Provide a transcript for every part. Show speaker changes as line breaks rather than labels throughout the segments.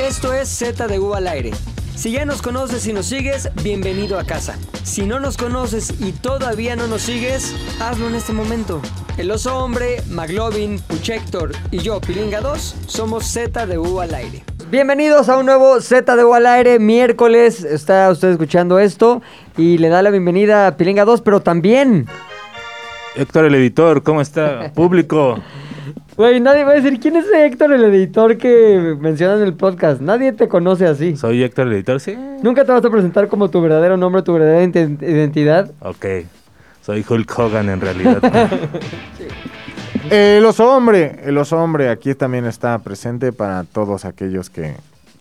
Esto es Z de U al aire. Si ya nos conoces y nos sigues, bienvenido a casa. Si no nos conoces y todavía no nos sigues, hazlo en este momento. El oso hombre, Maglovin, Puchector y yo, Pilinga 2, somos Z de U al aire. Bienvenidos a un nuevo Z de U al aire, miércoles. Está usted escuchando esto y le da la bienvenida a Pilinga 2, pero también.
Héctor el editor, ¿cómo está? Público.
Güey, nadie va a decir quién es ese Héctor, el editor que mencionan en el podcast. Nadie te conoce así.
Soy Héctor el editor, sí.
Nunca te vas a presentar como tu verdadero nombre, tu verdadera inte- identidad.
Ok. Soy Hulk Hogan en realidad.
El oso hombre, el oso hombre aquí también está presente para todos aquellos que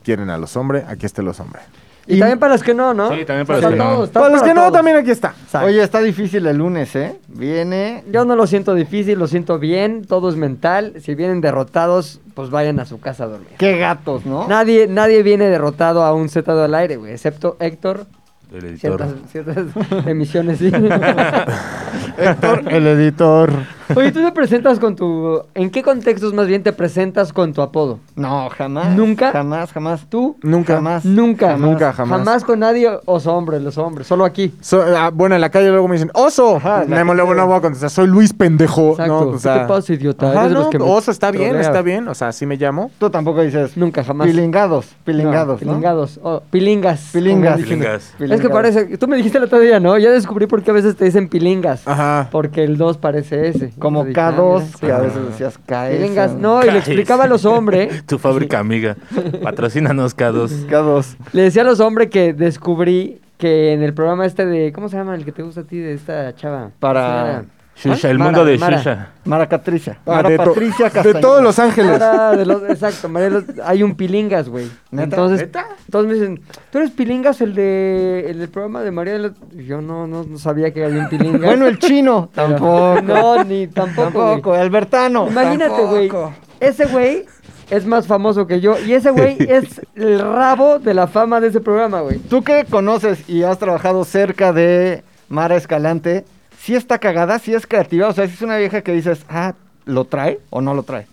quieren a los hombres. Aquí está el oso hombre.
Y,
Y-
también para los que no, ¿no?
Sí, también para
O sea,
los que no.
todos, está
Para los
para
que no,
todos.
también aquí está.
Oye, está difícil el lunes, ¿eh? Viene.
Yo no lo siento difícil, lo siento bien, todo es mental. Si vienen derrotados, pues vayan a su casa a dormir.
Qué gatos, ¿no?
Nadie, nadie viene derrotado a un Z al aire, güey, excepto Héctor.
El
Ciertas,
editor.
ciertas emisiones, sí.
Héctor, el editor.
Oye, tú te presentas con tu... ¿En qué contextos más bien te presentas con tu apodo?
No, jamás.
¿Nunca?
Jamás, jamás.
¿Tú?
Nunca.
Jamás.
Nunca.
Nunca, jamás.
Jamás con nadie, os hombres, los hombres, solo aquí.
So- ah, bueno, en la calle luego me dicen, oso.
Ajá, la
No,
gente-
luego no voy a contestar, soy Luis Pendejo.
Exacto.
No,
¿Qué
o sea,
te pasa, idiota?
ajá,
Eres de los
no,
que me
oso está bien,
trolea.
está bien. O sea, así me llamo.
Tú tampoco dices.
Nunca, jamás.
Pilingados, pilingados,
No,
¿no?
Pilingados. o pilingas.
Pilingas.
como dicen.
Pilingas.
Es que
Pilingados.
parece... Tú me dijiste el otro día, ¿no? Ya descubrí por qué a veces te dicen pilingas.
Ajá.
Porque el 2 parece ese.
Como
Entonces dije, ah,
K2,
mira, sí.
que a veces decías K.
Pilingas. No, y le explicaba a los hombres...
Tu fábrica amiga. Patrocínanos, K2.
K2.
Le decía a los hombres que descubrí que en el programa este de... ¿Cómo se llama el que te gusta a ti de esta chava?
Para-
Shusha, el
Mara,
mundo de
Mara.
Shusha.
Mara Patricia.
Ah,
Mara
de, to-
Patricia
de
Castañeda.
todos Los Ángeles.
Ahora, de los- exacto, María de los- hay un pilingas, güey.
¿Neta?
Entonces, todos me dicen, ¿tú eres pilingas el de el del programa de María de los... Yo no, no, no sabía que había un pilingas.
Bueno, el chino.
Pero-
Tampoco.
No, ni tampoco.
Tampoco.
güey.
Albertano.
Imagínate, güey.
tampoco.
Ese güey es más famoso que yo. Y ese güey es el rabo de la fama de ese programa, güey.
Tú que conoces y has trabajado cerca de Mara Escalante, si está cagada, si es creativa, o sea, si es una vieja que dices, ah, ¿lo trae o no lo trae?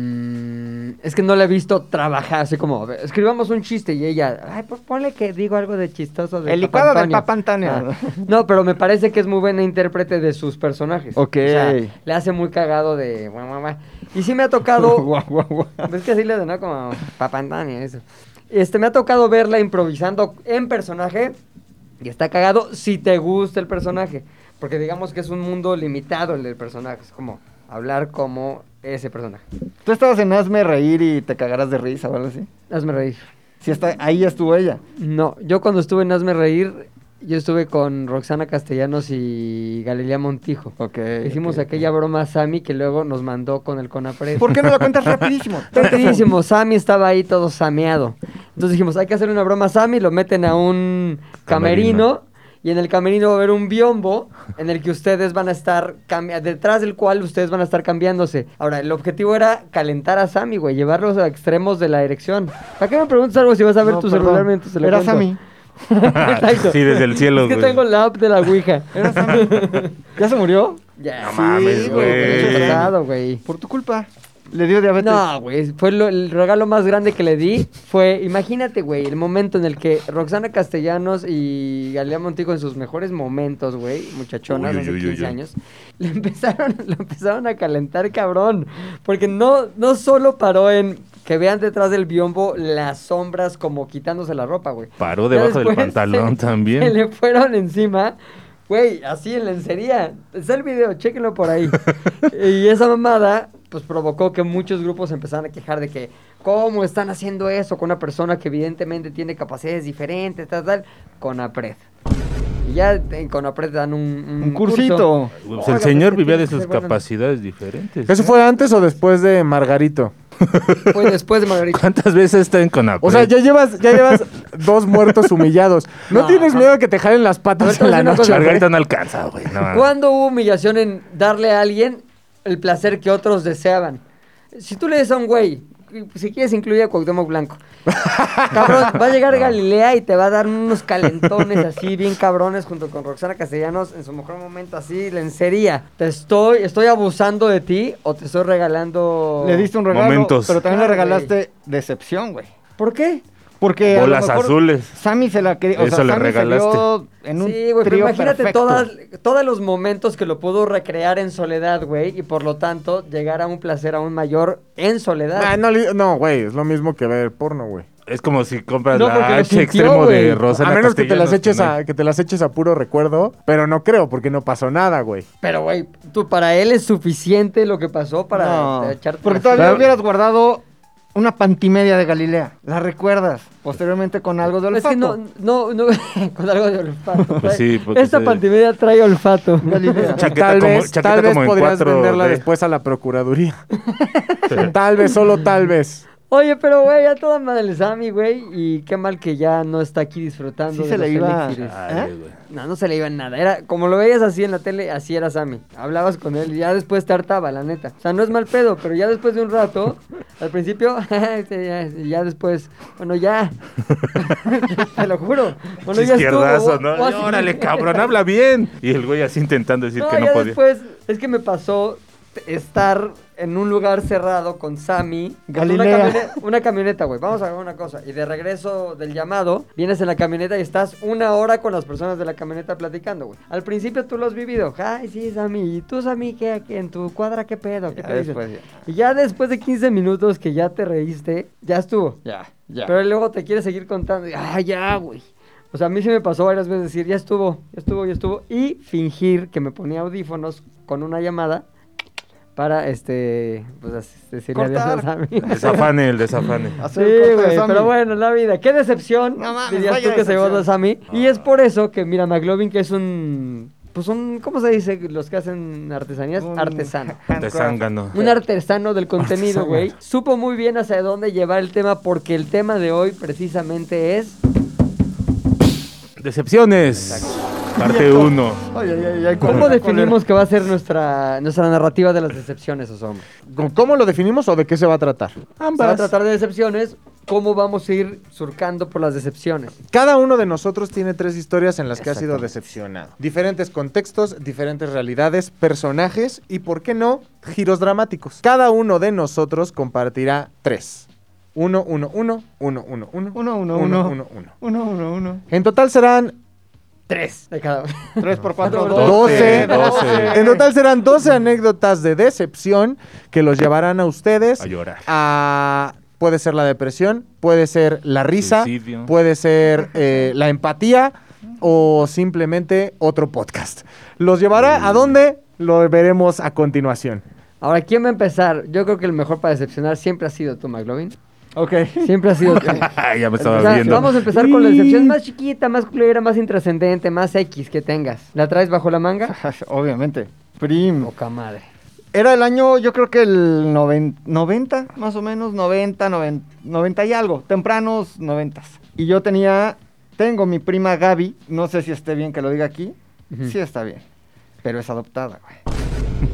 Mm, es que no la he visto trabajar así como, "A ver, escribamos un chiste y ella, ay, pues ponle que digo algo de chistoso. del
El licuado del
Papa
Papa Antonio".
no, pero me parece que es muy buena intérprete de sus personajes.
Ok.
O sea, le hace muy cagado de... "Guau, guau, guau". Y sí me ha tocado... es que así le da, ¿no? Como Papa Antonio, eso. Este, me ha tocado verla improvisando en personaje y está cagado si te gusta el personaje. Porque digamos que es un mundo limitado el del personaje. Es como hablar como ese personaje.
Tú estabas en Hazme Reír y te cagarás de risa, ¿vale? Sí.
Hazme reír.
Si está, ahí estuvo ella.
No, yo cuando estuve en Hazme Reír, yo estuve con Roxana Castellanos y Galilea Montijo.
Ok.
Hicimos
ok.
aquella broma Sammy que luego nos mandó con el Conapred.
¿Por qué no la cuentas rapidísimo?
Rapidísimo, Sammy estaba ahí todo sameado. Entonces dijimos, hay que hacer una broma Sammy, lo meten a un camerino,
Camerino.
y en el camerino va a haber un biombo en el que ustedes van a estar, cambi- detrás del cual ustedes van a estar cambiándose. Ahora, el objetivo era calentar a Sammy, güey, llevarlos a extremos de la erección. ¿Para qué me preguntas algo si vas a ver
No,
tu
perdón.
celular mientras te lo
Era
cuento?
Sammy.
Exacto.
Sí, desde el cielo,
Es que
güey.
tengo la app de la Ouija.
Era Sammy. ¿Ya se murió?
Ya.
No mames,
Qué
güey.
güey.
pesado, güey.
Por tu culpa. Le dio diabetes.
No, güey, fue lo- el regalo más grande que le di. Fue, imagínate, güey, el momento en el que Roxana Castellanos y Galea Montijo en sus mejores momentos, güey, muchachonas
Uy, uy,
hace
uy, uy,
15
uy.
años, le empezaron, lo empezaron a calentar, cabrón. Porque no, no solo paró en que vean detrás del biombo las sombras como quitándose la ropa, güey.
Paró
Ya
debajo del
después
pantalón
se- Se
también.
le fueron encima, güey, así en lencería. Está el video, chéquenlo por ahí. y esa mamada, pues provocó que muchos grupos empezaran a quejar de que, ¿cómo están haciendo eso con una persona que evidentemente tiene capacidades diferentes, tal, tal? Con APRED. Y ya en- con APRED dan un, un
Un
curso.
cursito.
Pues
Oiga,
el
pues,
señor
que
vivía de
tiene que
sus
ser bueno.
capacidades diferentes. ¿eh?
¿Eso fue antes o después de Margarito?
Fue Pues, después de Margarita.
¿Cuántas veces está en Conapred?
O sea, ya llevas, ya llevas dos muertos humillados. ¿No,
No,
tienes
no.
miedo de que te jalen las patas
Ahorita
en la
voy a
noche?
decir una
Margarita no alcanza, güey.
Ah.
no mames.
¿Cuándo hubo humillación en darle a alguien el placer que otros deseaban? Si tú le des a un güey, si quieres incluye a Cuauhtémoc Blanco, cabrón, va a llegar Galilea y te va a dar unos calentones así, bien cabrones, junto con Roxana Castellanos, en su mejor momento así, lencería. Te estoy, estoy abusando de ti o te estoy regalando...
Le diste un regalo,
Momentos.
pero también
Claro,
le regalaste decepción, güey.
¿Por qué?
Porque a lo
Bolas
mejor
azules.
Sammy se la quería. O
Eso
sea,
le
Sammy se
regalaste.
vio en un
Sí, güey, pero
trío
imagínate
perfecto.
todas, todos los momentos que lo pudo recrear en soledad, güey, y por lo tanto llegar a un placer aún mayor en soledad.
Ah, no, li- no, güey, es lo mismo que ver porno, güey.
Es como si compras
No, porque
la
lo
H
sintió,
extremo
güey.
de Rosana
a menos que te las
Castellanos,
eches
¿no?
a, que te las eches a puro recuerdo, pero no creo, porque no pasó nada, güey.
Pero, güey, tú, para él es suficiente lo que pasó para este,
No,
echarte.
Porque
una-
todavía
Claro.
hubieras guardado una pantimedia de Galilea. La recuerdas posteriormente con algo de
No, Es
olfato.
que no, no, no, con algo de olfato.
Pues sí, porque
Esta
se-
pantimedia trae olfato.
Galilea.
Chaqueta
tal
como-
vez,
chaqueta
tal vez
como en
podrías
4D.
venderla después a la Procuraduría. tal vez, solo tal vez.
Oye, pero, güey, ya toda madre el Sammy, güey, y qué mal que ya no está aquí disfrutando
Sí
de
se le
los
iba-
elixires.
Ay,
¿Eh?
güey.
No, no se le iba en nada. Era, como lo veías así en la tele, así era Sammy. Hablabas con él y ya después te hartaba, la neta. O sea, no es mal pedo, pero ya después de un rato, al principio, este, ya, ya después, bueno, ya. te lo juro. Bueno, ya
Izquierdazo,
estuvo.
¿no?
Voy a-
Órale, cabrón, habla bien. Y el güey así intentando decir
No,
que no
ya
podía.
después, es que me pasó t- estar en un lugar cerrado con Sammy. con Una,
Galilea.
camioneta- una camioneta, güey. Vamos a ver una cosa. Y de regreso del llamado, vienes en la camioneta y estás una hora con las personas de la camioneta platicando, güey. Al principio tú lo has vivido. Ay, sí, Sammy. ¿Y tú, Sammy, qué? aquí ¿En tu cuadra qué pedo? ¿Qué
Ya
te dicen?
después ya.
Y ya después de 15 minutos que ya te reíste, ya estuvo.
Ya, ya.
Pero luego te quiere seguir contando. y, Ah, ya, güey. O sea, a mí sí me pasó varias veces decir, ya estuvo, ya estuvo, ya estuvo. Y fingir que me ponía audífonos con una llamada para, este, pues así, decirle adiós a
Cortar.
Sammy.
Desafane, el desafane.
Sí,
Hacer el corte de
güey,
Sammy.
pero bueno, la vida. Qué decepción,
No mames,
dirías
vaya
tú que se llevó
decepción.
a Sammy. Y es por eso que, mira, McLovin, que es un, pues un, ¿cómo se dice? Los que hacen artesanías,
Un
artesano.
Te
handcraft.
zángano.
Un artesano del contenido, güey. Supo muy bien hacia dónde llevar el tema porque el tema de hoy precisamente es...
Decepciones. Parte 1.
Ay, ay, ay, ay,
¿Cómo
cólera,
definimos que va a ser nuestra, nuestra narrativa de las decepciones, Osom?
¿Con- ¿Cómo lo definimos o de qué se va a tratar?
Se va a tratar de decepciones, cómo vamos a ir surcando por las decepciones.
Cada uno de nosotros tiene tres historias en las que ha sido
Exactamente.
decepcionado. Diferentes contextos, diferentes realidades, personajes y, ¿por qué no?, giros dramáticos. Cada uno de nosotros compartirá tres. Uno, uno, uno, uno, uno, uno,
Uno, uno,
uno,
uno.
uno, uno.
Uno, uno, uno.
En total serán
Tres de cada uno.
Tres por cuatro,
Doce,
doce.
doce.
En total serán 12 anécdotas de decepción que los llevarán a ustedes
A llorar.
a- Ah, Puede ser la depresión, puede ser la risa,
Suicidio.
puede ser eh, la empatía o simplemente otro podcast. ¿Los llevará a dónde? Lo veremos a continuación.
Ahora, ¿quién va a empezar? Yo creo que el mejor para decepcionar siempre ha sido tú, McLovin.
Ok.
Siempre ha sido tú.
Ay, ya me
O
estaba
sea,
viendo.
vamos a empezar con la decepción más chiquita, más culera, más intrascendente, más X que tengas. ¿La traes bajo la manga?
Obviamente. Prim.
Poca madre.
Era el año, yo creo que el noven- 90, más o menos, 90, 90, 90 y algo, tempranos 90. Y yo tenía, tengo mi prima Gaby, no sé si esté bien que lo diga aquí,
Ujú.
sí está bien, pero es adoptada, güey.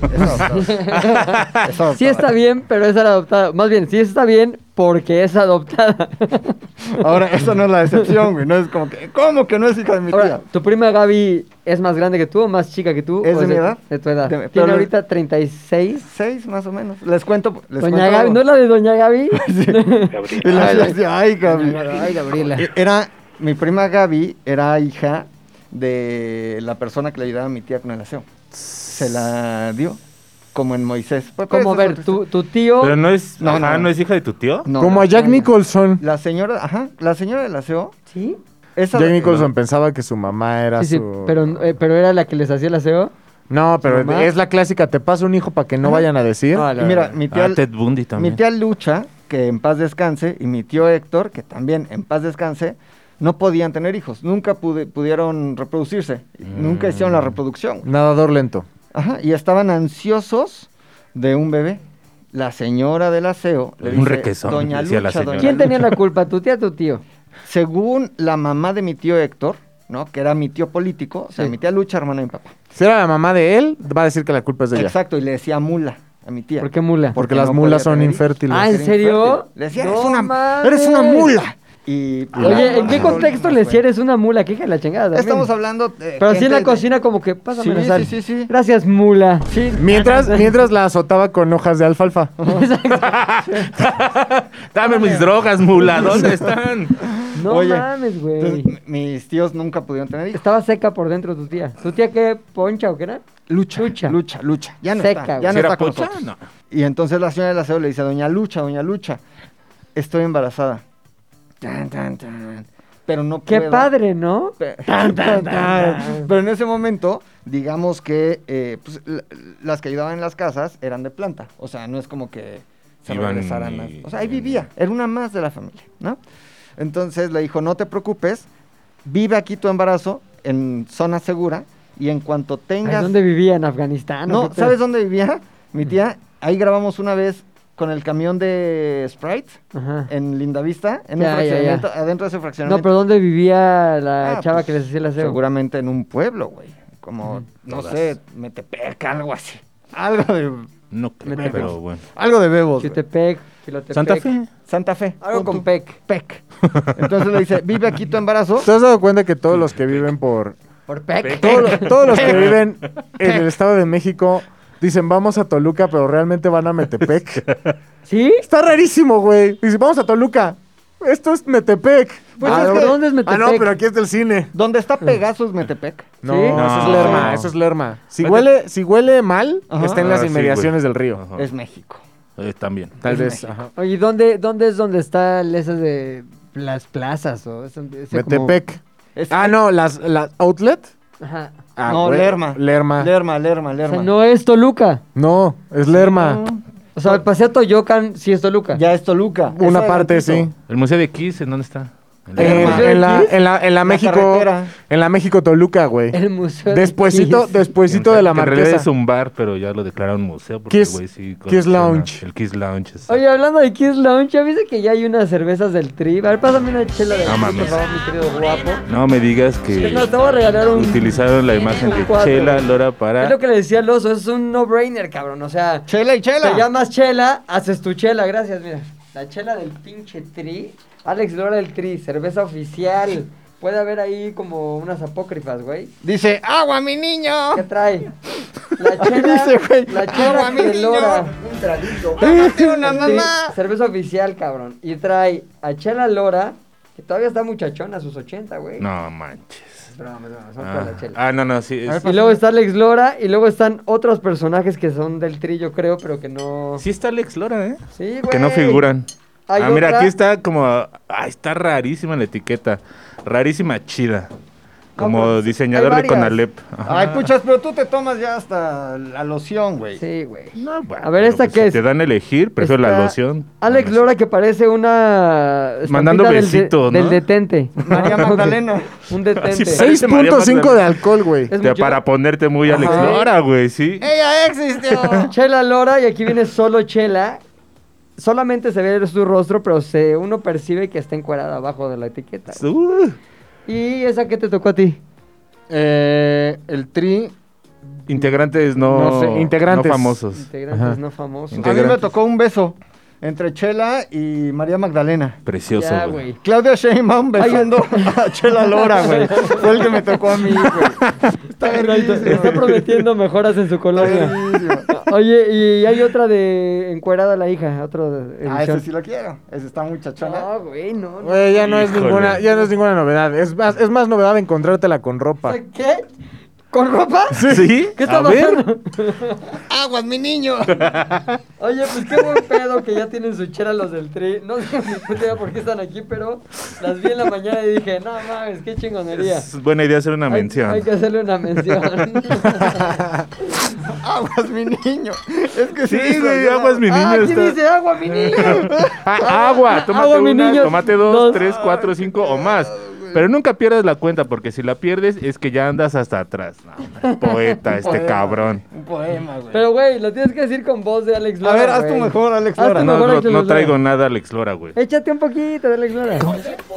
Es adoptada. Es adoptada.
Sí está bien, pero es adoptada. Más bien, sí está bien porque es adoptada.
Ahora, eso no es la decepción, güey, no es como que, ¿cómo que no es hija de mi tía?
Ahora, ¿tu prima Gaby es más grande que tú o más chica que tú?
¿Es
¿O
de mi edad?
De tu edad.
De-
Tiene
pero-
ahorita 36.
Seis, más o menos. Les cuento, les
Doña
cuento.
Gaby, ¿no es la de Doña Gaby?
Y la-
Ay,
ay, ay, Gaby.
Ay, Gabriela.
E-, Era, mi prima Gaby era hija de la persona que le ayudaba a mi tía con el aseo. Se la dio, como en Moisés. Pues, pero
Como
esa es
ver,
otra
tu,
historia.
tu tío.
Pero no es.
No,
No,
no,
no,
no.
es hija de tu tío.
No,
Como
la-
a Jack Nicholson.
La señora, ajá, la señora del aseo.
¿Sí?
Esa
Jack Nicholson pensaba que su mamá era
Sí, sí,
su...
pero, eh, pero era la que les hacía el aseo.
no, pero
¿Su mamá?
es la clásica, te pasa un hijo para que no
Ajá.
vayan a decir.
No,
Y mira, mi tía,
Ah, Ted Bundy
mi
también.
tía Lucha, que en paz descanse, y mi tío Héctor, que también en paz descanse, no podían tener hijos. Nunca pude- pudieron reproducirse. Nunca hicieron la
Mm.
reproducción.
Nadador lento.
Ajá, y estaban ansiosos de un bebé. La señora del aseo le
Un
dice,
requesón,
Doña
decía la
Lucha,
señora.
doña
¿Quién tenía
Lucha".
la culpa, tu tía o tu tío?
Según la mamá de mi tío Héctor, ¿no? Que era mi tío político, o sea,
Sí.
mi tía Lucha, hermana de mi papá.
Si era la mamá de él, va a decir que la culpa es de ella.
Exacto, y le decía mula a mi tía.
¿Por qué mula?
Porque
Porque
las
no
mulas son
podía tener hijos.
infértiles.
Ah, ¿en
Era
serio?
infértil. Le decía,
¡No
eres, una,
mames!
eres una mula. Y,
Oye, ¿en qué contexto le cierres una mula? Que hija de la chingada. también.
Estamos hablando. de
Pero así en la
gente de-
cocina, como que pásame
Sí,
la sal.
sí, sí, sí.
Gracias, mula. Sí.
Mientras, mientras la azotaba con hojas de alfalfa.
Dame mis drogas, mula. ¿Dónde están?
No
Oye,
mames, güey.
Entonces, m- mis tíos nunca pudieron tener hijos.
Estaba seca por dentro tu tía. ¿Tu tía qué? ¿Poncha o qué era?
Lucha,
Lucha.
lucha, lucha, Ya no
Seca,
está,
güey.
ya
¿Si
no
era pues, Ah,
está con
pocha?
nosotros.
No.
Y entonces la señora del aseo le dice a Doña Lucha, Doña Lucha, estoy embarazada. Tan, tan, tan. Pero no
Qué
puedo.
padre, ¿no?
Tan, tan, tan. Pero en ese momento, digamos que eh, pues, l- las que ayudaban en las casas eran de planta. O sea, no es como que se
Iban
regresaran más.
y-
O sea, ahí vivía. Era una más de la familia, ¿no? Entonces le dijo, no te preocupes, vive aquí tu embarazo en zona segura y en cuanto
Ay,
tengas...
¿Dónde vivía? ¿En Afganistán? o
No,
qué pedo?
¿sabes dónde vivía? Mi tía, ahí grabamos una vez con el camión de Sprite
Ajá.
en Lindavista, en un
Ya, ya, ya.
fraccionamiento, adentro de ese fraccionamiento.
No, pero ¿dónde vivía la
Ah,
chava
pues,
que les hacía el aseo?
Seguramente en un pueblo, güey. Como, no sé, Metepec, algo así. Algo de
No creo,
Metemos.
pero bueno.
Algo de bebos. güey.
Chutepec, Chilotepec.
¿Santa Fe?
Santa Fe.
Algo
pon
con
tú,
pec.
Pec. Entonces le dice, vive aquí tu embarazo.
¿Te has dado cuenta que todos los que viven por...
¿Por pec?
Todos, lo- todos los que viven en el Estado de México dicen vamos a Toluca, pero realmente van a Metepec?
¿Sí?
Está rarísimo, güey. Dicen vamos a Toluca. Esto es Metepec.
Pues
ah,
es
no,
que- ¿dónde es
Ah, no,
Metepec?
pero aquí es del cine.
Donde está Pegaso es Metepec.
No,
¿Sí?
eso es
No.
Lerma, eso es Lerma. Si huele, si huele mal,
Ajá.
está en las
Ah, sí,
inmediaciones
güey.
del río.
Ajá.
Es México.
Eh, también.
Tal
Es
vez.
México.
ajá.
Oye, ¿y ¿dónde, dónde es donde están esas de las plazas? o ese- ese como-
Metepec.
Es-
Ah, no, las, las outlet.
Ajá.
Ah,
No,
güey.
Lerma.
Lerma.
Lerma, Lerma,
O
Lerma.
sea, no es Toluca.
No, es Lerma.
O sea, el paseo Toyocan sí es Toluca.
Pues, Ya es Toluca.
Una
Es
parte,
adelantito.
sí.
¿El Museo de Kiss en dónde está? El de
En,
Roma.
en la, en la, en la
La
México.
carretera.
En la México Toluca, güey.
El museo. de
Despuésito,
Kiss.
despuésito de la
Que En realidad es
marquesa.
un bar, pero ya lo declararon museo. Porque,
Kiss-
güey, sí,
Kiss
colecciona-
Lounge.
El Kiss Lounge. exacto.
Oye, hablando de Kiss Lounge, ¿ya viste que ya hay unas cervezas del trip? A ver, pásame una chela de
No
aquí,
mames.
por favor, mi querido guapo.
No me digas
Es más,
que
te voy a regalar un...
utilizaron la imagen de
cuatro.
Chela Lora
Es lo
para...
que le decía al oso, es un no-brainer, cabrón. O sea,
Chela y
te
Chela.
llamas chela, haces tu chela, gracias, mira. La chela del pinche tri, Alex Lora del tri, cerveza oficial. Puede haber ahí como unas apócrifas, güey.
Dice, agua, mi niño.
¿Qué trae? La chela,
Dice, güey,
la chela
"Agua, mi
de
niño".
Lora.
Tómate una,
Sí,
mamá.
cerveza oficial, cabrón. Y trae a Chela Lora, que todavía está muchachona a sus 80, güey.
No manches.
Es broma, es broma, son para
Ah,
la chela.
ah, no, no, sí. es-
Y luego está Alex Lora y luego están otros personajes que son del tri, yo creo, pero que no...
Sí está Alex Lora, ¿eh?
Sí, güey.
Que no figuran.
Hay
ah, mira,
otra-
aquí está como... Ah, está rarísima la etiqueta. Rarísima chida. Como
pero
diseñador
hay
de
varias.
Conalep. Ajá.
Ay, puchas, pero tú te tomas ya hasta la loción, güey.
Sí, güey.
No, bueno,
A ver,
pero
¿esta
pues
qué
si
es?
Te dan a elegir, prefiero la
Está
loción. Ah,
Alex
No, no
Lora que parece una... estampita
Mandando
del de-
besito, ¿no?
Del detente.
María Magdalena.
Un detente.
Así parece.
6.5 de alcohol, güey.
Es
Te-
mucho-
para ponerte muy Alex
Ajá.
Lora, güey, sí.
¡Ella existió!
Chela Lora y aquí viene solo Chela. Solamente se ve su rostro, pero se, uno percibe que está encuadrada abajo de la etiqueta. güey.
Uh,
¿Y esa que te tocó a ti?
Eh, el tri.
integrantes no,
No sé, integrantes.
no famosos.
Integrantes no famosos.
A mí me
Pues, Integrantes.
tocó un beso entre Chela y María Magdalena.
Precioso,
Ya,
güey.
güey.
Claudia Sheinbaum besando a Chela Lora, güey. Fue el que me tocó a mí, güey.
Está, está prometiendo mejoras en su colonia. Oye, y hay otra de encuerada la hija, otro de
Ah,
edición.
ese sí lo quiero. Ese está muchachona.
No, güey, no. no.
Güey, ya no es
Híjole.
ninguna, ya no es ninguna novedad. Es más, es más novedad encontrártela con ropa.
¿Qué? ¿Con ropa?
¿Sí?
¿Qué está
a ver,
pasando?
¡Aguas, mi niño!
Oye, pues qué buen pedo que ya tienen su chera los del tri. No sé ni puta idea por qué están aquí, pero las vi en la mañana y dije, no mames, qué chingonería.
es buena idea hacer una
Hay-
mención.
Hay, que hacerle una mención.
¡Aguas, mi niño! Es que sí,
Sí, güey,
yo-
aguas mi niño.
ah, aquí
está-
dice agua, mi niñño.
Ah, agua, tómate
Agua, mi
una,
niño.
tómate dos,
Dos.
tres, cuatro, cinco o más. Pero nunca pierdas la cuenta, porque si la pierdes es que ya andas hasta atrás. No, no, poeta, este
Poema,
cabrón.
Un poema, güey.
Pero, güey, lo tienes que decir con voz de Alex
a
Lora.
ver, haz tu
güey.
mejor, Alex
Haz tu
Lora.
No,
mejor
no,
échale,
no
Lora.
traigo nada Alex Lora, güey.
Échate un poquito de Alex Lora.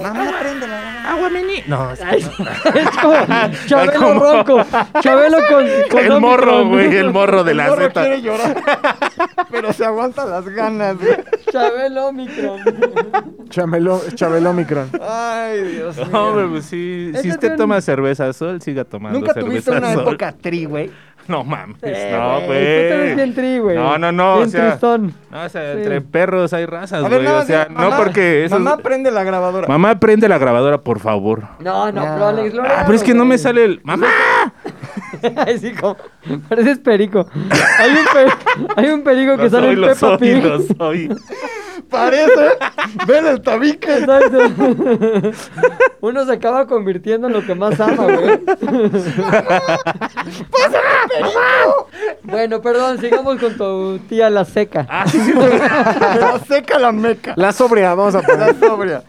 Nada más préndela.
Agua, mini. No, es
Ay, es como Chabelo
Como-
Ronco. Chabelo con, con
el morro,
Omicron.
güey, el morro de
El
la
morro
Z.
quiere llorar. Pero se aguanta las ganas, güey.
Chabelo Omicron.
Chamelo, Chabelomicron.
Ay, Dios
No,
mío.
hombre, pues sí,
Échate
si usted
un-
toma cerveza sol, siga tomando
Nunca
cerveza
tuviste una
sol.
época tri, güey.
No mames,
Eh,
no,
Tú eres bien
güey.
tri, güey.
No, no, no,
Bien
o sea-
tristón.
No, o sea,
Sí.
entre perros hay razas,
A
güey.
nada
o
más
sea,
di-
no
mamá,
porque eso.
Mamá, prende la grabadora.
Mamá, prende la grabadora, por favor.
No, no,
Ya.
pero Alex Lora.
Ah, pero es que no me
güey.
sale el. ¡Mamá!
Así como, pareces perico. Hay un, pe- hay un perico que
Lo
sale
soy,
en
lo
Peppa
soy,
Pig.
lo soy.
Parece. Ven el tabique.
Exacto. Uno se acaba convirtiendo en lo que más ama, güey. Pues, ah, Bueno, perdón, sigamos con tu tía la seca.
Ah.
La seca la meca.
La sobria, vamos a
La
poner.
sobria.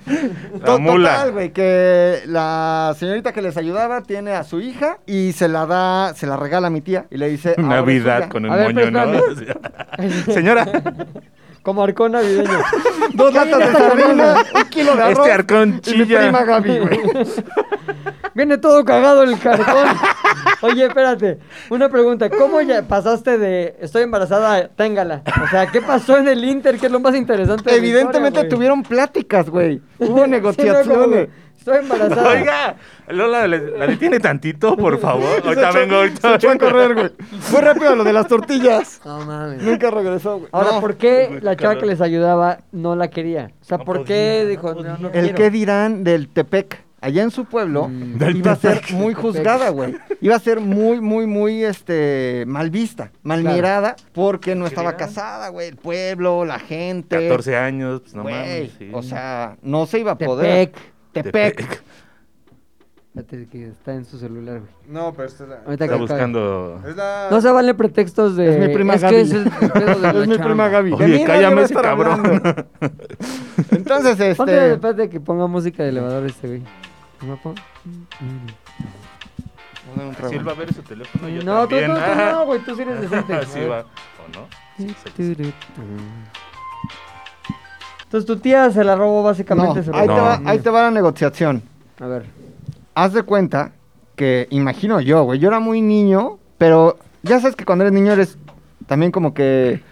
To-
mula.
Total, güey, que la señorita que les ayudaba tiene a su hija y se la da, se la regala a mi tía y le dice. "Ahora es
Navidad
suya".
con el
A ver,
moño, ¿no?
pero
Señora,
Como arcón navideño.
Dos latas de sardina, un kilo de arroz.
este arcón
y mi prima
chilla.
Gaby, güey.
Viene todo cagado el cartón. Oye, espérate. Una pregunta. ¿Cómo ya pasaste de estoy embarazada a téngala? O sea, ¿qué pasó en el Inter? Que es lo más interesante. de la
Evidentemente
historia, güey.
tuvieron pláticas, güey. Hubo
Sí, no, como
negociaciones.
que, Estoy embarazada.
Oiga, Lola, ¿le- ¿la detiene tantito, por favor? Ahorita
Se echó-
vengo,
Se
ahorita
echó a
vengo.
correr, güey. Fue rápido lo de las tortillas.
No mames.
Nunca regresó, güey.
Ahora,
No.
¿por qué
Pues,
la chava
claro.
que les ayudaba no la quería? O sea,
No
¿por
podía,
qué
no
dijo,
podía.
no, no
El
quiero?
que dirán del Tepec, allá en su pueblo,
Del
iba a
Tepec.
ser muy juzgada, güey. Iba a ser muy, muy, muy, este, mal vista, mal
Claro.
mirada, porque no estaba
dirán?
casada, güey. El pueblo, la gente.
14 años, pues no
güey.
mames. sí.
O sea, no se iba a poder.
Tepec.
Tepec.
Espérate que está en su celular, güey.
No, pero esta es la.
Ahorita
Está
que acabe.
buscando.
Es la-
No se vale pretextos de...
Es mi prima
es
Gaby.
Que es el pedo de la
Es mi prima
chamba.
Gaby. De mí
Oye,
nadie va
cállame
a
ese
estar
cabrón.
hablando. Entonces,
Ponte,
este.
espérate que ponga música de elevador este, güey. ¿No me pongo?
Si él va a ver su teléfono, yo
No, tú, tú,
también.
tú
Ah.
no, güey, tú sí eres decente. A
Así
ver.
va. ¿O no? Sí, sí, sí.
Entonces tu tía se la robó
No,
básicamente. se
ahí,
robó.
te va,
No.
ahí te va la negociación.
A ver.
Haz de cuenta que, imagino yo, güey, yo era muy niño, pero ya sabes que cuando eres niño eres también como que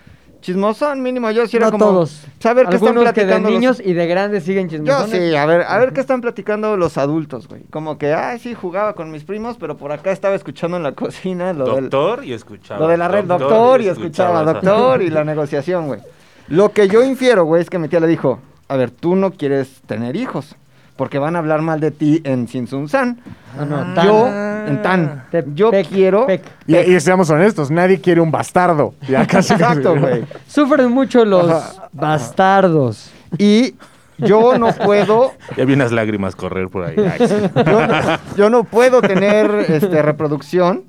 chismosón, mínimo yo sí era
no
como...
todos.
Saber qué están
Algunos que de
platicando los-
niños y de grandes siguen
Yo
chismosones.
sí, a ver, a ver qué están platicando los adultos, güey. Como que, ay, sí, jugaba con mis primos, pero por acá estaba escuchando en la cocina lo, del,
Doctor y escuchaba.
lo de la red, doctor, y escuchaba,
o sea.
doctor y la negociación, güey. Lo que yo infiero, güey, es que mi tía le dijo, a ver, tú no quieres tener hijos, porque van a hablar mal de ti en Sinsunsan.
No, Ah, no, tan.
Yo, en tan,
Te-
yo
pec,
quiero...
pec.
Y, y seamos honestos, nadie quiere un bastardo. Ya casi.
Exacto, güey.
Sufren mucho los bastardos.
Y yo no puedo,
Ya vi unas lágrimas correr por ahí. Ay, sí.
yo no, yo no puedo tener este, reproducción,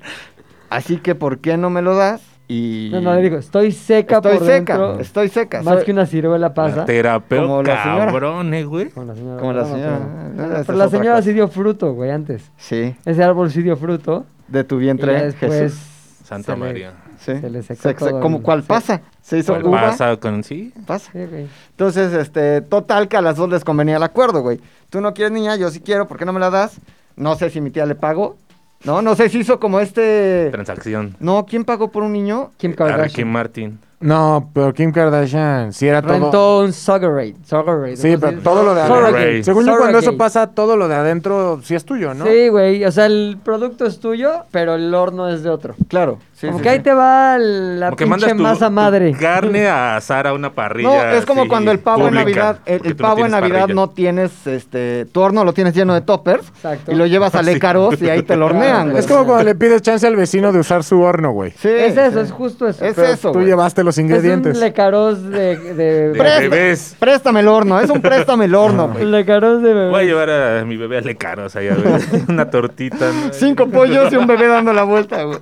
así que ¿por qué no me lo das? Y
No, no, le digo, estoy seca
estoy
por
seca,
dentro.
estoy seca.
Más
soy-
que una ciruela
La
pasa.
terapeuta,
Como la señora.
cabrones, güey.
Como la señora.
Como la
no, no,
señora. Ah,
pero-
Esa es
Pero la
otra
señora
cosa.
sí dio fruto, güey, antes.
Sí,
Ese árbol sí dio fruto.
de tu
Y ya
vientre,
después...
Jesús.
Santa
se le-
María.
Sí.
se le secó
Se- se-
todo
como
el-
cual
sí.
pasa. Se hizo
¿Cuál
uva,
pasa con sí?
pasa.
Sí, güey.
Entonces, este, total que a las dos les convenía el acuerdo, güey. Tú no quieres niña, yo sí quiero, ¿por qué no me la das? No sé si mi tía le pagó. No, no sé si hizo como este...
Transacción.
No, ¿quién pagó por un niño?
Kim
A Ricky
Kardashian.
Martin.
No, pero Kim Kardashian, si era todo.
Rentó un Suggerate. Suggerate.
Sí, pero todo lo de
Surrogate.
adentro. Según yo, cuando eso
Surrogate.
pasa, todo lo de adentro sí es tuyo, ¿no?
Sí, güey. O sea, el producto es tuyo, pero el horno es de otro.
Claro. Sí,
como
sí,
que ahí
sí.
te va la
Como que
pinche
mandas tu,
masa
tu
madre.
carne a asar a una parrilla.
No, es como
así,
cuando el pavo
pública,
en Navidad, el,
porque
el
tú no
pavo en
tienes
Navidad
parrilla.
no tienes, este, tu horno lo tienes lleno de toppers
Exacto.
y lo llevas a Lecaros y ahí te lo hornean, güey.
Es como cuando le pides chance al vecino de usar su horno, güey.
Sí,
es eso,
sí.
es justo eso.
Es
Pero
eso,
Tú
güey.
llevaste los
Es
ingredientes.
un lecaroz de... de,
De
Presta-
bebés.
Préstame el horno, es un préstame el horno, güey.
lecaroz de bebé.
Voy a llevar a mi bebé a Lecaros allá, güey. Una tortita. ¿no?
Cinco pollos y un bebé dando la vuelta, güey.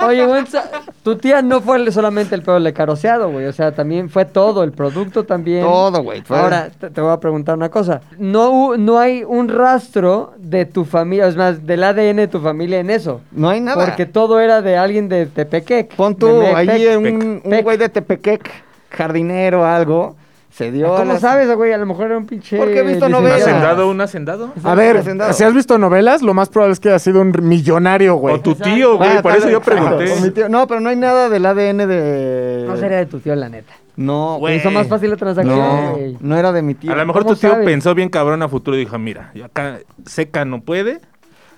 O Oye, güey, sa- tu tía no fue solamente el pedo lecaroseado, güey. O sea, también fue todo, el producto también.
Todo, güey. fue-
Ahora, te, te voy a preguntar una cosa. No, hu- no hay un rastro de tu familia, es más, del ADN de tu familia en eso.
No hay nada.
Porque todo era de alguien de Tepequec.
Pon
de
tú
Metepec.
ahí un, un
Pec.
güey de Tepequec, jardinero, algo, se dio. a
¿Cómo
las-
sabes, güey? A lo mejor era un pinche.
Porque he visto
licenciado.
¿Un
novelas.
hacendado? ¿Un hacendado?
A ver,
Hacendado.
si has visto novelas, lo más probable es que haya sido un millonario, güey.
O tu tío,
Ah,
güey. Por
tal
eso
vez,
yo
exacto, o mi
pregunté.
tío. No, pero no hay nada del ADN de.
No sería de tu tío, la neta.
No,
Güey.
Hizo más fácil la transacción,
No,
güey.
no era de mi tío.
A lo mejor
¿Cómo
tu tío
sabes?
pensó bien cabrón a futuro y dijo, mira, yo acá seca no puede.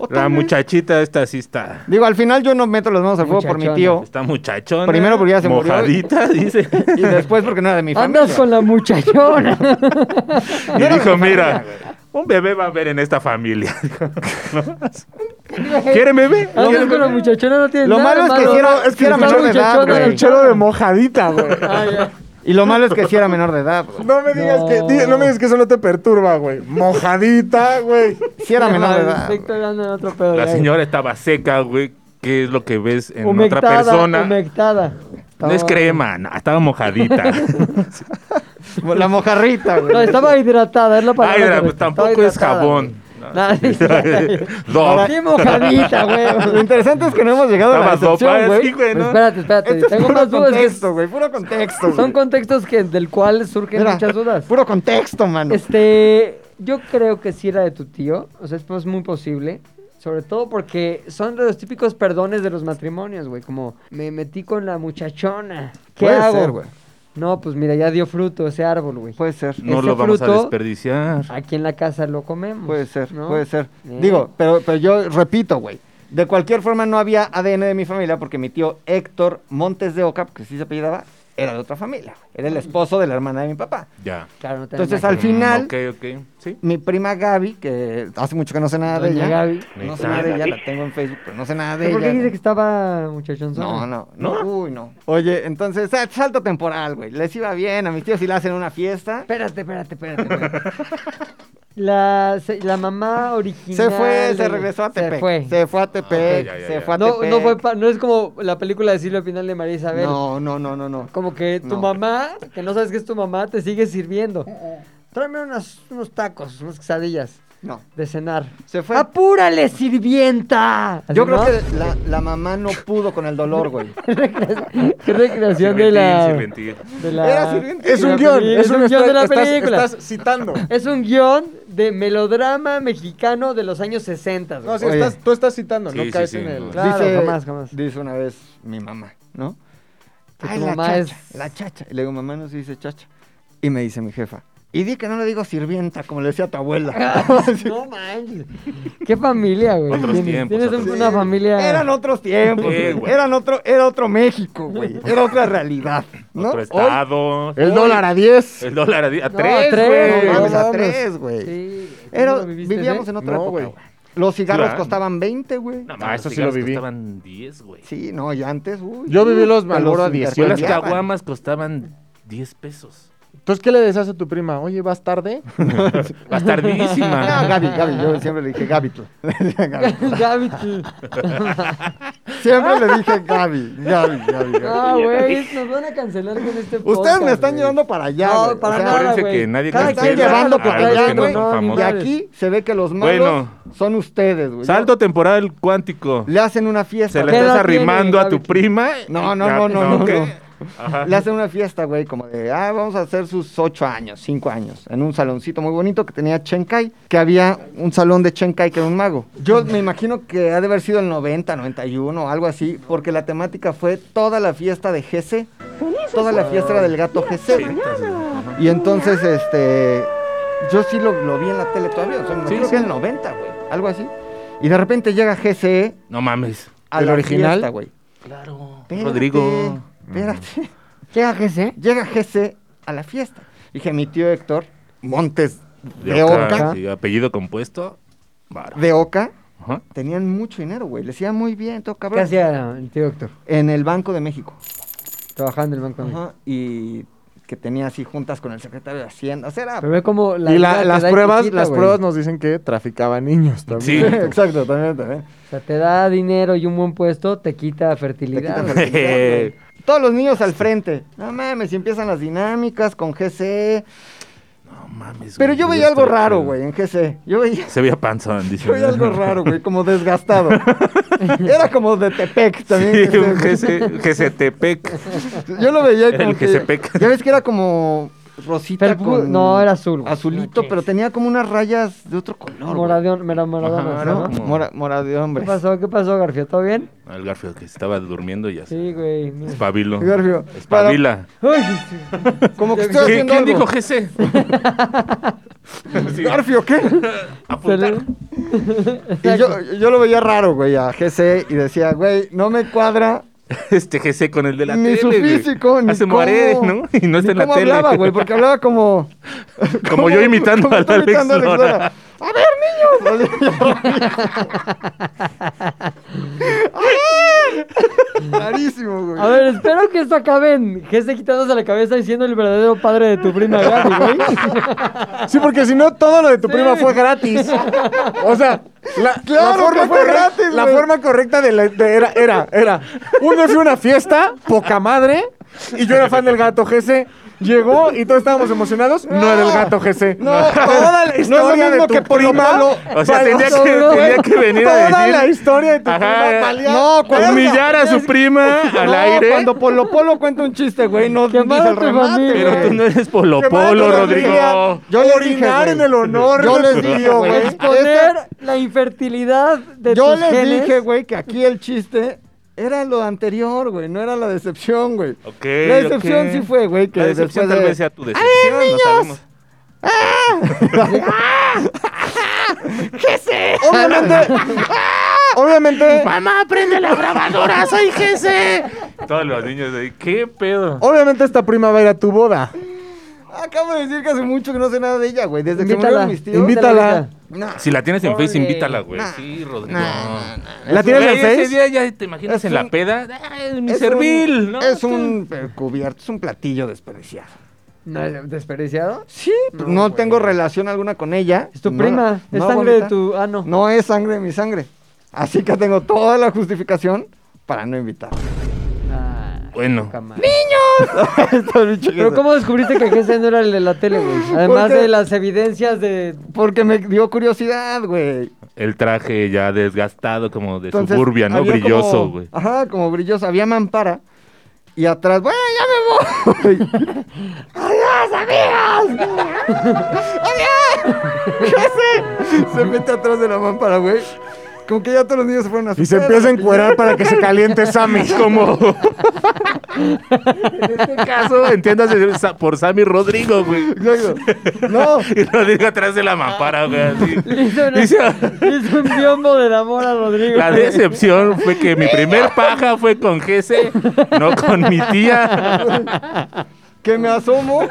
O
La
tal vez.
muchachita esta sí está.
Digo, al final yo no meto las manos al fuego por mi
Muchachona.
tío.
Está muchachona.
Primero porque ya se murió.
Mojadita, dice.
Y después porque no era de mi familia.
Andas con la muchachona.
Y dijo, mira, un bebé va a haber en esta familia.
Eh.
Dijo, ¿no? ¿Quieren bebé?
Ah,
Andas con la Ah, muchachona, no tienes
Lo
nada.
malo es que
malo.
sí era- es que era
Está
menor de edad,
muchachona,
güey.
la
Chelo de mojadita, güey.
Ah, ya.
Y lo malo es que sí era menor de edad. güey.
No me digas
No.
que di- no me digas que eso no te perturba, güey. Mojadita, güey.
Sí era menor de
Ay,
edad. güey.
Víctor anda en otro pedo,
La
ya.
señora estaba seca, güey. ¿Qué es lo que ves en
Humectada,
otra persona?
humectada.
No es crema, no, estaba mojadita.
La mojarrita, güey.
No, estaba hidratada, es la palabra.
Ay, era, pues
correcta, estaba
tampoco es
hidratada,
jabón.
güey. Nada,
Dove.
Bien mojadita, güey.
Lo interesante es que no hemos llegado a la
Estaba
decepción,
dopa,
güey.
Pues, sí, güey,
Pues
¿no?
espérate, espérate.
Esto es
Tengo
puro
más dudas. que-
contexto, güey, puro contexto, güey.
son contextos que, del cual surgen
Mira,
muchas dudas.
Puro contexto, mano.
Este, yo creo que sí era de tu tío. O sea, esto es muy posible. Sobre todo porque son de los típicos perdones de los matrimonios, güey. Como, me metí con la muchachona. ¿Qué
Puede
hago?
ser, güey.
No, pues mira, ya dio fruto ese árbol, güey.
Puede ser.
No
Ese
lo vamos a
fruto-
desperdiciar.
Aquí en la casa lo comemos.
Puede ser,
¿no?
puede ser.
Eh.
Digo, pero, pero yo repito, güey. De cualquier forma no había ADN de mi familia porque mi tío Héctor Montes de Oca, que sí se apellidaba, era de otra familia. güey. Era el esposo de la hermana de mi papá.
Ya.
Claro, no te
Entonces,
imaginas.
Al final-
Mm, Ok, ok. Sí.
Mi prima Gaby, que hace mucho que no sé nada de
Doña
ella.
Gaby.
No sé nada de ella, la tengo en Facebook, pero no sé nada de
¿Por qué
ella.
dice que estaba muchachón
No, no, no, uy, no. Oye, entonces, ah, salto temporal, güey. Les iba bien, a mis tíos si le hacen una fiesta.
Espérate, espérate, espérate. güey. la, se- la mamá original.
Se fue, se
de-
regresó a Tepec.
Se fue.
a Tepec,
ya, ya,
se
ya.
fue a
No,
Tepec.
no, fue pa- no es como la película de Silvia Pinal de María Isabel.
No, no, no, no, no.
Como que tu
No.
mamá, que no sabes que es tu mamá, te sigue sirviendo.
Eh,
Tráeme unas- unos tacos, unas quesadillas
No.
de cenar.
Se fue.
¡Apúrale, sirvienta! Así,
Yo creo
Ah, ¿no?
que la, la mamá no pudo con el dolor, güey.
Qué recreación de la.
Sin mentir, sin mentir.
de la-
Era sirvienta.
de
Es
la
un guión.
peli- Es un guión
esto-
de la
estás-
película.
Estás citando.
Es un guión de melodrama mexicano de los años 60.
No,
güey.
sí,
Oye.
estás, tú estás citando, no
Sí, sí,
caes
sí,
en el.
no.
Claro, jamás, jamás.
Dice una vez mi mamá, ¿no?
Que
Ay,
tu
la
mamá
chacha,
es-
la chacha. Y le digo, mamá no se dice chacha. Y me dice mi jefa, y di que no le digo sirvienta, como le decía tu abuela.
No manches. Qué familia, güey.
Otros
tienes
tiempos,
tienes
otros
un- una familia.
Eran otros tiempos,
Sí,
güey.
güey.
eran otro, era otro México, güey. Era otra realidad, ¿no?
Otro
Hoy-
estado.
El dólar a 10.
El dólar a, di- a
No,
tres,
a tres,
güey.
no mames, a
mames.
tres, güey.
Sí.
Era-
¿Tú lo viviste,
vivíamos
eh?
en otra
No,
época,
güey.
güey. Los cigarros
Claro.
costaban 20, güey.
No,
Ah,
mames,
eso
los
sí lo
cigarros
viví.
Costaban 10, güey.
Sí, no, yo antes, uy.
Yo viví los
te
Marlboro a 18.
Yo las
intercambiaban.
caguamas costaban 10 pesos.
Entonces, ¿qué le decías a tu prima? Oye, ¿vas tarde?
No,
Bastardísima.
Gaby, Gaby, yo siempre le dije Gaby tú. Le decía Gaby.
Gaby, tú.
Siempre le dije Gaby, Gaby, Gaby. Gaby.
Ah, güey, nos van a cancelar con este podcast.
Ustedes me están
güey.
llevando para allá.
No,
güey.
para
O sea,
nada.
Acuérdense
güey.
que nadie
Cada
Están
quien
cancela
llevando
a
para
los
allá,
que no
güey.
son famosos.
y aquí se ve que los malos
Bueno.
son ustedes, güey.
Salto temporal cuántico.
Le hacen una fiesta.
Se le
¿Qué
güey.
estás
edad tiene,
arrimando a tu
Gaby?
prima.
No,
y-
no,
ya-
no, no, no,
¿qué?
no.
Ajá.
Le hacen una fiesta, güey, como de, ah, vamos a hacer sus ocho años, cinco años, en un saloncito muy bonito que tenía Chenkai, que había un salón de Chenkai que era un mago. Yo me imagino que ha de haber sido el 90, 91, o algo así, porque la temática fue toda la fiesta de GC, toda la fiesta era del gato GC. güey. Y entonces, este, yo sí lo, lo vi en la tele todavía, o sea, me
Sí,
creo
sí.
que en el 90, güey, algo así. Y de repente llega GCE
No mames.
al
¿El original?
fiesta, güey.
Claro.
Espérate,
Rodrigo.
Espérate.
¿Qué haces, eh?
Llega GC a la fiesta. Dije, mi tío Héctor Montes
De
de
Oca,
Oca,
sí, apellido compuesto. Varo.
de Oca,
Ajá.
tenían mucho dinero, güey. Les iba muy bien, todo
¿Qué
cabrón.
hacía el tío Héctor?
En el Banco de México.
Trabajando en el banco. de México.
Ajá. Y que tenía así juntas con el secretario de Hacienda. O sea, era-
Se ve como la
y la-
vida te
las
da
pruebas,
chiquita,
las
güey.
pruebas nos dicen que traficaba niños también.
Sí.
Exacto, también, también.
O sea, te da dinero y un buen puesto, te quita
Te
fertilidad.
quitan
güey.
fertilidad, güey. Todos los niños al frente. No mames, y empiezan las dinámicas con GC.
No mames.
Pero
güey,
yo veía algo
estoy
raro,
chido.
güey, en GC. Yo veía,
Se veía panzón, dice.
yo veía algo raro, güey, como desgastado. Era como de Tepec también.
Sí, un
GC.
GC GCTPEC.
Yo lo veía
Era
como
el
que,
GCPEC.
Ya ves que era como rosita
Pero,
pues,
con-
no, era azul, güey.
Azulito, pero tenía como unas rayas de otro color. güey.
Moradeón, mira, moradón.
Ajá,
¿no?
¿No?
como-
Mora, mora de
¿Qué
hombre.
pasó? ¿Qué pasó, Garfio? ¿Todo bien?
Al Garfield Ah, que estaba durmiendo y así.
Sí, güey.
Espabilo.
Garfio,
Espabila.
Uy, sí.
Como que
¿Qué-
estoy
¿Qué-
haciendo
¿Quién
algo.
dijo GC? Sí.
Garfio, ¿qué?
Apuntar.
Y yo, yo lo veía raro, güey, a GC y decía, güey, no me cuadra
Este GC con el de la
ni
tele.
su
güey.
físico, ni
Hace
cómo-
Moaré, ¿no? Y no está
ni
en la
cómo
tele.
hablaba, güey, porque hablaba como...
Como yo imitando
como
a
tú
Alex
imitando a Alex
Lora.
Lora. A ver, niños. Clarísimo, ¡Ah! güey.
A ver, espero que esto acabe en Gese quitándose la cabeza y siendo el verdadero padre de tu prima Gaby, güey.
Sí, porque si no, todo lo de tu prima fue gratis. O sea, la, la
Claro
forma,
que fue
correcta-
gratis,
la
güey.
forma correcta de la, de era, era, era. Un día fui a una fiesta, poca madre, y yo era fan del gato GC. Llegó y todos estábamos emocionados. No, era el gato GC.
No,
toda la
no es lo
historia
mismo
de tu
que Polo
prima.
Polo.
O sea, tenía que,
Solo-
tenía que venir a
Toda
decir.
la historia de tu prima
Ajá,
valía
no, cuando-
humillar a su prima al
No,
aire.
Cuando Polo Polo cuenta un chiste, güey, no
Que
dice
mala
el
tu
remate,
familia.
güey.
Pero tú no eres Polo
Que mata
Polo,
a la
Rodrigo.
familia.
Yo les dije,
Orinar
güey.
en el honor.
Yo
de
les
tu
dije,
tío,
güey.
Exponer la infertilidad de
Yo
tus
les
genes.
dije, güey, que aquí el chiste era lo anterior, güey, no era la decepción, güey.
Ok,
La decepción
ok.
sí fue, güey, que
La decepción
después
tal
de-
vez sea tu decepción, no sabemos.
Obviamente, obviamente,
¡Mamá, prende la grabadora! ¡Soy GC! Todos los niños de ahí, ¿qué pedo?
obviamente esta prima va a ir a tu boda.
Acabo de decir que hace mucho que no sé nada de ella, güey, desde que
Invítala.
murieron mis tíos.
Invítala.
No,
Oh, Si la tienes en
Ole.
Face, invítala, güey.
Nah.
Sí, Rodrigo.
Nah, nah,
¿La tienes
Güey,
en
ese
Face?
día ya te imaginas
Es
en la
un-
peda. ¡Ay, mi
es
servil!
un-
¿no?
Es un eh, cubierto, es un platillo desperdiciado.
No, ¿Desperdiciado?
Sí, no, tengo relación alguna con ella.
Es tu
No,
prima. Es
no,
sangre
bonita.
de tu... Ah, no.
No es sangre de mi sangre. Así que tengo toda la justificación para no invitar.
Ah,
Bueno,
poca madre.
Pero
Pero ¿cómo descubriste que Gese no era el de la tele, güey? Además
qué?
de las evidencias de...
Porque me dio curiosidad, güey.
el traje ya desgastado, como de
Entonces,
suburbia, ¿no?
había
Brilloso,
como-
güey.
Ajá, como brilloso. Había mampara. Y atrás, bueno, ya me voy. ¡Adiós, amigos! ¡Adiós! ¿Qué hace? Se mete atrás de la mampara, güey. Como que ya todos los niños se fueron a su
Y se
pedo.
empieza a encuerar para que se caliente Sammy.
Como. en este caso, entiéndase sa- por Sammy Rodrigo, güey.
Exacto. No,
Y Rodrigo atrás de la mampara, güey. así.
Le hizo, una-
Dice,
le hizo un biombo de la mora a Rodrigo.
La
güey.
decepción fue que mi primer paja fue con Gese, no con mi tía.
que me asomo,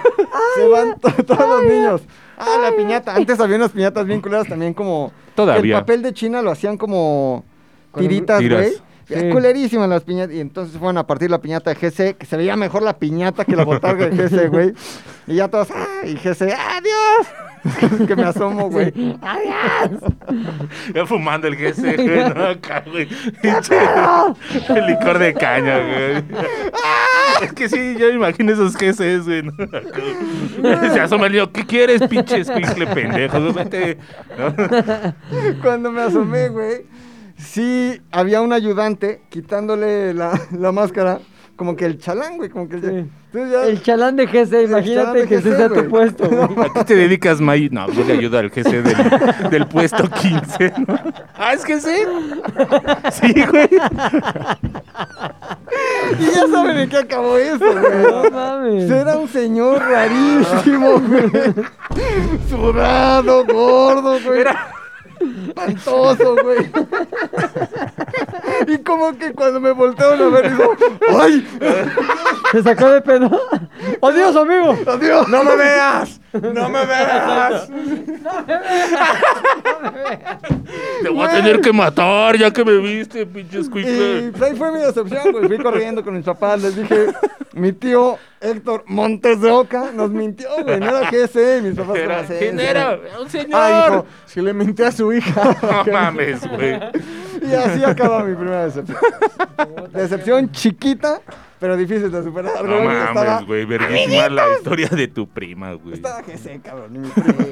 se van to- todos los niños. Ah, la piñata. Antes había unas piñatas bien culeras también como...
Todavía.
El papel de China lo hacían como
Con un-
tiritas,
Tiras.
güey. Eh,
Sí.
Culerísimas las piñatas. Y entonces fueron a partir la piñata de GC, que se veía mejor la piñata que la botarga de GC, güey. Y ya todos, ¡ah! Y GC, ¡adiós! que me asomo, güey. ¡Adiós!
Yo fumando el Gese, güey, no acá, güey. Pinche- El licor de caña, güey. Es que sí, yo imagino esos Geses, güey. ¿no? Acá. Se asoma el niño, ¿qué quieres, pinche escuincle pendejo? Güey, Vete. ¿no?
Cuando me asomé, güey, sí había un ayudante quitándole la, la máscara, como que el chalán, güey, como que el,
Sí.
Entonces ya-
El chalán de Gese, imagínate
chalán de
que ese
Gese,
sea tu
güey.
puesto, güey.
¿A qué te dedicas, May? No, yo le ayudo al Gese del, del puesto 15, ¿no? ¿Ah, es Gese? Sí, güey.
Y ya saben en qué acabó eso,
No
güey.
mames.
Era un señor rarísimo, güey. Sudado, gordo, güey. Era espantoso, güey. Y como que cuando me voltearon a ver, dijo, ¡ay!
Se sacó de pedo. ¡Adiós, amigo!
¡Adiós!
¡No me veas! ¡No me veas!
Te voy a tener que matar ya que me viste, pinche
Y
escuincle.
pues, ahí fue mi decepción, güey. Fui corriendo con mis papás, les dije, mi tío Héctor Montes de eh. Oca nos mintió, güey. No era GSE, mis papás
Era,
eran GSE.
¿Quién era? ¡Un señor!
Ah, hijo.
Si le mentí a su hija.
No mames, güey.
Y así acaba mi primera decepción. decepción chiquita, pero difícil de superar.
No
güey, porque estaba,
mames, güey. Verguísima la historia de tu prima, güey.
estaba GSE, cabrón. y mi primo, güey.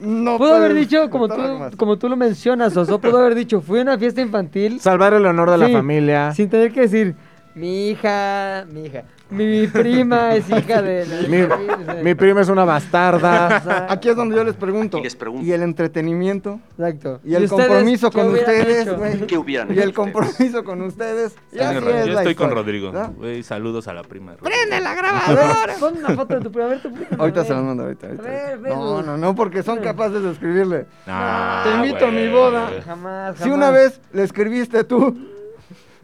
No
Pudo haber
puedes
dicho, como
contar algo más.
tú, como tú lo mencionas, Oso, pudo haber dicho, fui a una fiesta infantil
Salvar el honor de la
Sí,
familia.
sin tener que decir, mi hija, mi hija, mi prima es hija de... la-
Mi, mi prima es una bastarda.
Aquí es donde yo les pregunto.
Y les pregunto.
¿y el entretenimiento.
Exacto.
Y el
ustedes
compromiso
qué
con
hubieran
ustedes,
hecho?
güey.
¿Qué hubieran
Y
hecho
el
ustedes?
compromiso con ustedes. Y
Tienes
así
razón,
es
Yo
la
estoy con
historia,
Rodrigo.
¿no?
Güey, saludos a la prima. Rodrigo.
¡Prende la grabadora!
Pon una foto de tu prima, a ver tu prima.
ahorita
a
se
ver.
las mando, ahorita, ahorita,
A ver,
ahorita.
ven,
No,
güey.
no, no, porque son capaces de escribirle.
Ah,
Te invito a mi boda.
güey.
Jamás, jamás.
Si una vez le escribiste tú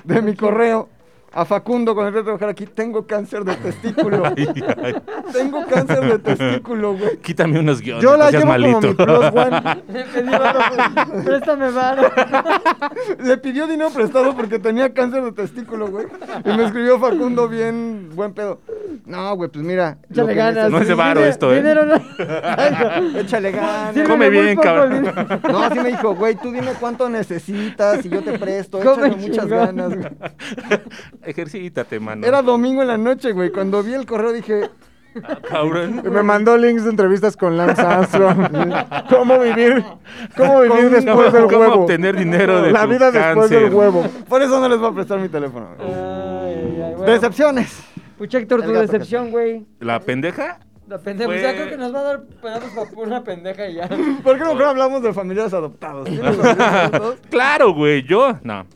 de mi correo a Facundo con el reto de bajar aquí, tengo cáncer de testículo.
Ay, ay.
tengo cáncer de testículo, güey.
Quítame unos guiones.
Yo la
no seas
llevo
malito.
como mi plus one.
Le pedí varo, güey. Préstame varo.
Le pidió dinero prestado porque tenía cáncer de testículo, güey. Y me escribió Facundo bien, buen pedo. No, güey, pues mira. lo
Échale
que
ganas.
me
No es de varo
Dinero-
esto, ¿eh?
Dinero no.
dices- Échale ganas.
Sírveme
Come
muy
bien,
poco,
cabrón.
Lin-
No, así me dijo, güey, tú dime cuánto necesitas y yo te presto.
Come
Échale muchas
chingón.
ganas, güey.
Ejercítate, mano.
Era domingo en la noche, güey. Cuando vi el correo dije,
Ah, cabrón.
Me mandó links de entrevistas con Lance Armstrong. ¿Cómo vivir? ¿Cómo vivir después del
¿Cómo
huevo?
obtener dinero de
La
tu
vida después del
cáncer?
huevo.
por eso no les voy a prestar mi teléfono. güey.
Ay, ay, bueno.
Decepciones.
Pucha, Héctor, tu
El gato que-
decepción, güey.
¿La pendeja?
La pendeja.
Fue-
pues Ya creo que nos va a dar pedazos para una pendeja y ya.
¿Por qué no mejor hablamos de familiares adoptados? ¿Tienes familiares adoptados?
Claro, güey, yo. No.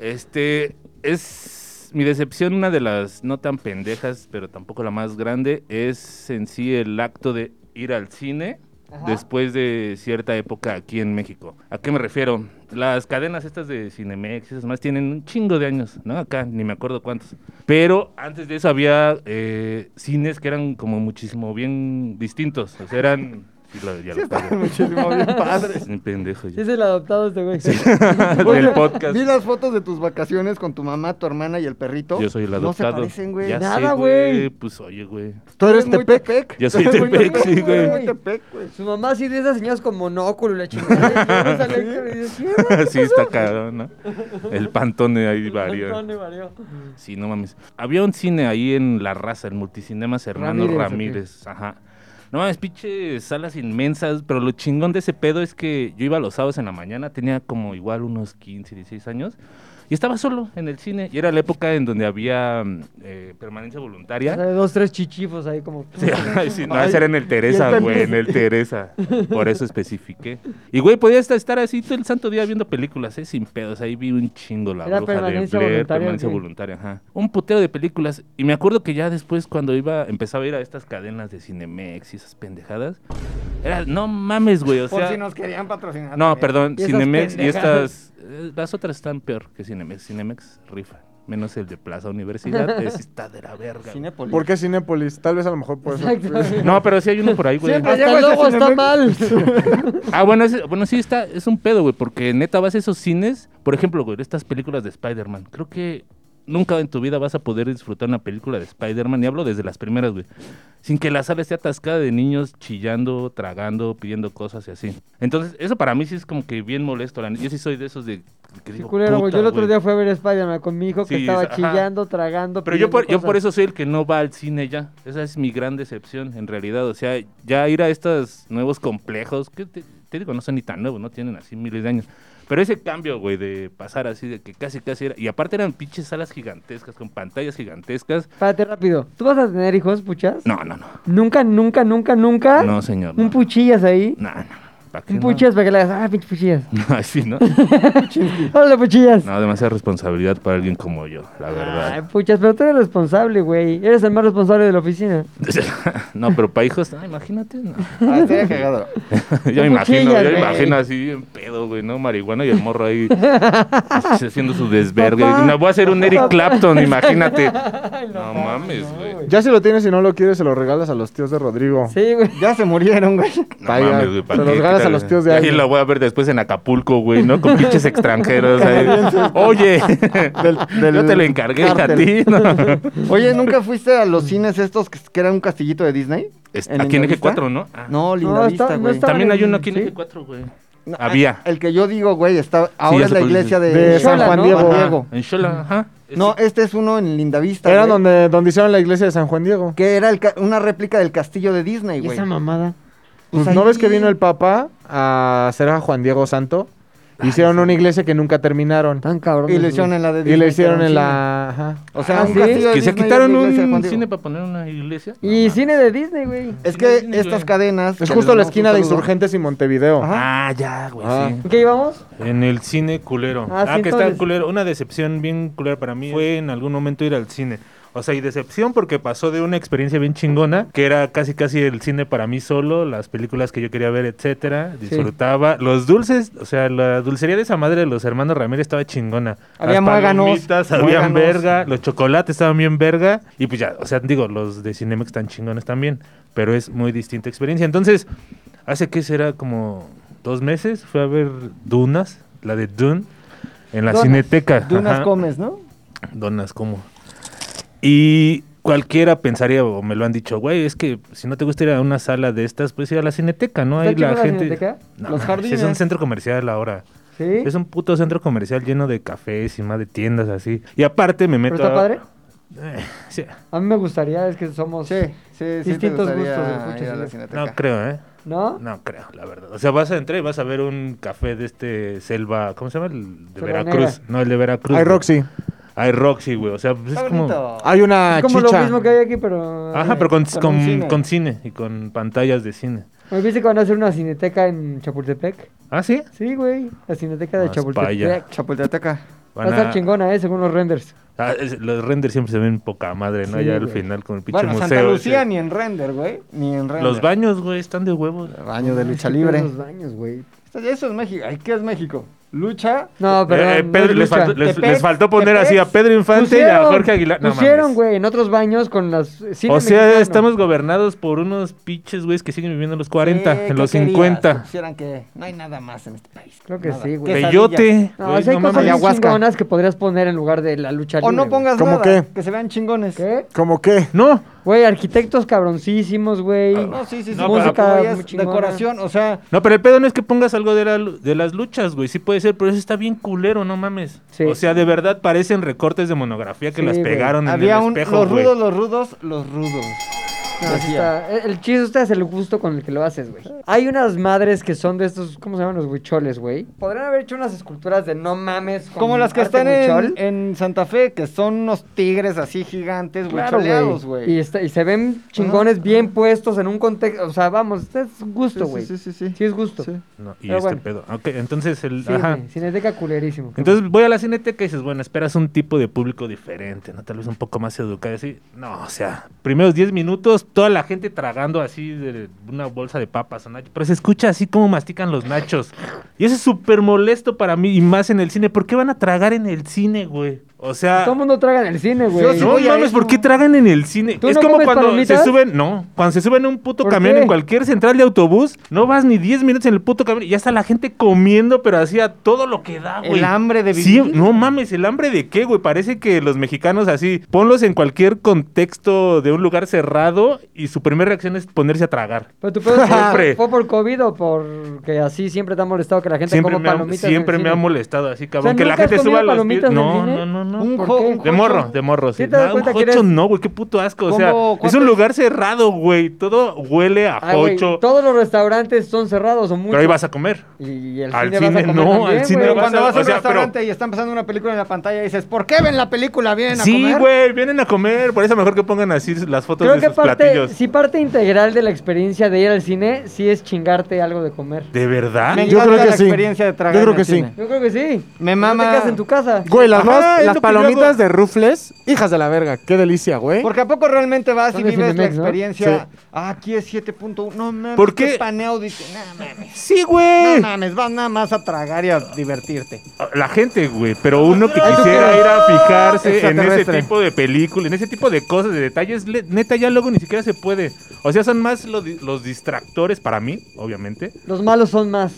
Este es mi decepción, una de las no tan pendejas, pero tampoco la más grande, es en sí el acto de ir al cine después de cierta época aquí en México. ¿A qué me refiero? Las cadenas estas de Cinemex, esas más, tienen un chingo de años, ¿no? Acá, ni me acuerdo cuántos. Pero antes de eso había eh, cines que eran como muchísimo bien distintos. O sea, eran... sí, lo- ya lo cagué.
Muchísimo bien padre.
Es un pendejo. yo.
Sí, es el adoptado este güey.
del podcast.
Vi las fotos de tus vacaciones con tu mamá, tu hermana y el perrito.
Yo soy el adoptado.
No se parecen, güey.
Ya
Nada,
sé,
güey.
Pues oye, güey.
Tú eres
muy
Tepec.
Yo soy
Tú eres muy
Tepec, sí, güey.
Muy Tepec, güey.
Su mamá sí de esas señoras con monóculo, la chingada. ¿eh? Y luego sale Héctor y dice, "Sí, güey,
Así está cagado, ¿no? El pantone ahí
no,
varía.
ni varió".
Sí, no mames. Había un cine ahí en La Raza, el Multicinemas Hermano
Ramírez,
Ramírez.
¿o
Ajá. No mames, pinche salas inmensas, pero lo chingón de ese pedo es que yo iba los sábados en la mañana, tenía como igual unos 15, 16 años, y estaba solo en el cine. Y era la época en donde había mm, eh, permanencia voluntaria.
Sale dos, tres chichifos ahí como.
Sí, ay, sí, no, ese era en el Teresa, güey, en el Teresa. Por eso especifiqué. Y, güey, podía hasta estar así todo el santo día viendo películas, ¿eh? Sin pedos. Ahí vi un chingo la
Era
bruja de
permanencia
Blair,
voluntaria,
permanencia
¿o qué?
voluntaria, ajá. Un putero de películas. Y me acuerdo que ya después, cuando iba, empezaba a ir a estas cadenas de Cinemex y esas pendejadas, era, no mames, güey, o
Por
sea...
si nos querían patrocinar.
No,
también.
perdón,
Y esas
Cinemex y
pendejadas.
estas... eh, Las otras están peor que Cinemex. Cinemex rifa. Menos el de Plaza Universidad. ese está de la verga. güey.
Cinépolis.
¿Por qué Cinépolis? Tal vez a lo mejor por eso.
Exacto.
No, pero sí hay uno por ahí, güey.
Siempre
Hasta
llega el
luego,
logo,
sin
está
embargo.
mal.
Ah, bueno, ese- bueno, sí está, es un pedo, güey, porque neta vas a esos cines, por ejemplo, güey, estas películas de Spider-Man, creo que nunca en tu vida vas a poder disfrutar una película de Spider-Man, y hablo desde las primeras, güey, sin que la sala esté atascada de niños chillando, tragando, pidiendo cosas y así. Entonces, eso para mí sí es como que bien molesto, la neta. yo sí soy de esos de... que
Sí,
digo,
culero, güey.
"Puta,
Yo el otro
güey".
día fui a ver Spider-Man con mi hijo que
Sí,
estaba
ajá.
chillando, tragando.
Pero yo por,
pidiendo
yo por
cosas.
eso soy el que no va al cine ya. Esa es mi gran decepción, en realidad. O sea, ya ir a estos nuevos complejos, que te, te digo, no son ni tan nuevos, no tienen así miles de años. Pero ese cambio, güey, de pasar así, de que casi, casi era... Y aparte eran pinches salas gigantescas, con pantallas gigantescas.
Espérate rápido. ¿Tú vas a tener hijos, puchas?
No, no, no.
Nunca, nunca, nunca, nunca.
No, señor.
Un
No,
puchillas ahí.
no. no. ¿Para qué
Un
no?
puchillas para que le hagas. Ah, pinche puchillas.
No, así no.
Hola, puchillas.
No, demasiada responsabilidad para alguien como yo, la
Ay,
verdad.
puchas, pero tú eres responsable, güey. Eres el más responsable de la oficina.
no, pero para hijos, no, imagínate. No.
Ah, estaría cagado.
yo me imagino,
cuchillas,
yo me
güey.
imagino así en pedo, güey, ¿no? Marihuana y el morro ahí pues, haciendo su desvergue.
Papá,
Me voy a hacer un Eric Clapton, imagínate.
Ay,
No mames, güey.
Ya si lo tienes y no lo quieres, se lo regalas a los tíos de Rodrigo.
Sí, güey.
Ya se murieron, güey.
No
Vaya,
mames, güey, ¿para
se
qué
los regalas a
quitarle
los tíos de
Ahí
alguien.
la voy a ver después en Acapulco, güey, ¿no? Con pinches extranjeros. ahí. Oye,
del
yo te lo encargué a ti.
cártel.
¿no?
Oye, ¿nunca fuiste a los cines estos que, que era un castillito de Disney?
Es-
¿En
aquí en
Lindavista?
Eje4, ¿no? Ah.
No,
No, está-
Lindavista,
no
güey.
está-
También hay uno aquí
Sí.
en Eje4, güey.
No,
Había.
El que yo digo, güey, está ahora
ya
es
sé
la
cuál
iglesia de,
dices.
De
San Juan Diego.
Ajá,
Diego.
Ah, En Xola, ajá.
No, este es uno en Lindavista.
Era
güey,
donde, donde hicieron la iglesia de San Juan Diego.
Que era el ca- una réplica del castillo de Disney,
¿Y
güey.
esa mamada?
Pues,
Pues
¿No
ahí-
ves que vino el Papa a hacer a Juan Diego Santo? Hicieron una iglesia que nunca terminaron.
Tan cabrón.
Y le hicieron en la de
Y
Disney.
le
que
hicieron
era un
en
cine.
la... ajá.
O sea,
Ah,
un
¿sí?
castillo de
que se
Disney
quitaron
y la iglesia de
un
Juan Diego.
cine para poner una iglesia.
Y cine de Disney, güey.
Es que
Disney,
estas
güey.
cadenas.
Es
que
justo la
les damos
esquina
un
de
saludo.
Insurgentes y Montevideo.
Ajá.
Ah, ya, güey,
Ah.
sí.
¿En qué íbamos?
En el cine culero.
Ah,
Ah,
sí,
que está
entonces-
culero. Una decepción bien culera para mí fue en algún momento ir al cine. O sea, y decepción porque pasó de una experiencia bien chingona, que era casi casi el cine para mí solo, las películas que yo quería ver, etcétera, disfrutaba. Los dulces, o sea, la dulcería de esa madre de los hermanos Ramírez estaba chingona.
Había
las
muéganos,
palomitas habían
muéganos.
verga, los chocolates estaban bien verga, y pues ya, o sea, digo, los de Cinemex están chingones también, pero es muy distinta experiencia. Entonces, hace que será como dos meses fui a ver Dunas, la de Dune, en la
Donas.
Cineteca.
De unas
Ajá.
comes, ¿no?
Donas como. Y cualquiera pensaría, o me lo han dicho, güey, es que si no te gusta ir a una sala de estas, pues ir a la Cineteca, ¿no?
¿Está
Ahí la
chingona la
gente.
Cineteca?
No,
Los
mames,
jardines.
Es un centro comercial ahora.
Sí.
Es un puto centro comercial lleno de cafés y más de tiendas así. Y aparte me meto.
¿Pero está
a-
padre?
Eh, sí.
A mí me gustaría, es que somos...
Sí, sí, sí.
Distintos
te gustaría
gustos, escucha,
ir a la
sí.
cineteca.
No creo, ¿eh?
¿No?
No creo, la verdad. O sea, vas a entrar y vas a ver un café de este selva. ¿Cómo se llama? El de
Selva
Veracruz.
Negra.
No, el de Veracruz.
Hay
güey.
Roxy.
Hay Roxy, güey. O sea, pues es
Está
como.
bonito.
Hay una
Es como lo
chicha.
mismo que hay aquí, pero... eh,
Ajá, pero con,
Con
con,
un
con
cine.
cine. y con pantallas de cine.
¿Me viste que van a hacer una cineteca en Chapultepec?
¿Ah, sí?
Sí, güey. La cineteca de
Más
Chapultepec.
paya.
Chapultepec.
Va a estar chingona, ¿eh? Según los renders.
Ah, es- los renders siempre se ven poca madre, ¿no?
Sí,
ya al
güey.
final con el pinche
Bueno,
museo.
Santa Lucía
ese.
ni en render, güey. Ni en render.
Los baños, güey, están de huevos.
Baño de lucha
Ay,
libre.
Los baños, güey.
Esto- Eso es México. Ay, ¿Qué es México? Lucha.
No, pero...
Eh, eh,
no
Pedro-
es
les,
lucha.
faltó, les-
Tepex,
les faltó poner
Tepex.
así a Pedro Infante y a
Pusieron-
Jorge Aguilar. No,
pusieron,
mames.
güey, en otros baños con las... cine
O sea,
mexicano.
estamos gobernados por unos pinches, güey, que siguen viviendo en los 40,
Eh,
en los
¿qué querías?
50.
Pusieran que no hay nada más en este país.
Creo que
Nada.
sí, güey.
Quesadillas.
Peyote.
No,
güey,
o sea, hay
no
cosas
mames.
bien
Ayahuasca.
chingonas que podrías poner en lugar de la lucha
O
libre,
no
güey.
pongas
¿Cómo
nada.
qué?
Que se vean chingones.
¿Qué?
¿Cómo qué?
No,
Güey, arquitectos cabroncísimos, güey.
No, sí, sí, sí.
No,
pero
música
lo que voy es
muy chingona.
decoración, o sea,
No, pero el pedo no es que pongas algo de, la lu- de las luchas, güey. Sí puede ser, pero eso está bien culero, no mames.
Sí.
O sea, de verdad parecen recortes de monografía que
Sí,
las
güey.
pegaron en
había
el
un
espejo,
los
güey.
rudos, los rudos, los rudos.
No, sí ah,
Decía.
está- e-, El chiste es el gusto con el que lo haces, güey. Hay unas madres que son de estos, ¿cómo se llaman los huicholes, güey? Podrían haber hecho unas esculturas de no mames. con
Como las que
arte
están en,
huichol.
en Santa Fe, que son unos tigres así gigantes, güey,
Claro,
choleados,
güey. Y,
güey.
está- y se ven chingones bien puestos en un contexto. O sea, vamos, este es gusto, güey. Sí,
sí, sí.
es gusto.
Sí.
Sí,
No, y
Pero
este
bueno.
pedo. Ok, entonces el. ajá.
güey, Cineteca culerísimo.
Entonces voy a la cineteca y dices, bueno, esperas un tipo de público diferente, ¿no? Tal vez un poco más educado, así. No, o sea, primeros 10 minutos, toda la gente tragando así de una bolsa de papas o nachos. Pero se escucha así como mastican los nachos. Y eso es súper molesto para mí y más en el cine. ¿Por qué van a tragar en el cine, güey? O sea.
Todo el mundo traga en el cine, güey.
Yo sí
No
voy a
mames,
eso.
¿por qué tragan en el cine?
¿Tú
Es
no
como
comes
cuando
palomitas?
se suben, no, cuando se suben a un puto
¿Por
camión
qué?
en cualquier central de autobús, no vas ni 10 minutos en el puto camión y ya está la gente comiendo, pero hacía todo lo que da, güey.
El hambre de
Sí,
vivir.
no mames, ¿el hambre de qué, güey? Parece que los mexicanos así, ponlos en cualquier contexto de un lugar cerrado y su primera reacción es ponerse a tragar.
Pero tu pedo es que
Siempre.
fue por COVID o porque así siempre te ha molestado que la gente
Siempre,
coma
me ha,
palomitas. en
siempre
el
me ha
cine?
molestado así, cabrón.
O sea,
que la
¿nunca has
gente
comido
suba los pies.
palomitas en el
No,
cine?
no, no, no.
Un
¿Por
jo-
qué?
un
De
jocho.
morro, de morro, sí.
¿Sí te das
No, un
cuenta que
jocho
eres-
no, güey, qué puto asco. O sea,
¿Cómo?
es un
¿Cuántos-
lugar cerrado, güey. Todo huele a
Ay, güey,
jocho.
Todos los restaurantes son cerrados o muchos.
Pero ahí vas a comer.
Y, y el
Al
cine, vas a
cine
comer
no,
también,
al cine
güey.
Pero
vas
cuando
a-
vas a
o
un
sea, pero-
restaurante y están pasando una película en la pantalla, dices, ¿por qué ven la película bien a
Sí,
comer?"
güey, vienen a comer. Por eso mejor que pongan así las fotos
Creo
de
que
sus
parte,
platillos.
si parte integral de la experiencia de ir al cine, sí es chingarte algo de comer.
¿De verdad?
Me
Yo
encanta
creo que
la
sí.
experiencia de tragar
Yo creo
en
que
el
sí.
cine.
Yo creo que sí.
Me
No
mama-
te quedas en tu casa.
Güey, las
Ajá,
vas-
es
las
lo que yo
palomitas
hago.
de rufles, hijas de la verga, qué delicia, güey.
Porque a poco realmente vas y
Son de
vives la
Cinemex, ¿no?
experiencia. Ah, aquí es 7.1. No mames.
¿Por qué?
paneo dice. No mames.
Sí, güey.
No mames. Vas nada más a tragar y a divertirte.
La gente, güey. Pero uno que
Ay, ¿tú
quisiera
crees?
ir a fijarse en ese
Extraterrestre.
tipo de película, en ese tipo de cosas, de detalles, le- neta, ya luego ni siquiera se puede. O sea, son más lo di- los distractores para mí, obviamente.
Los malos son más.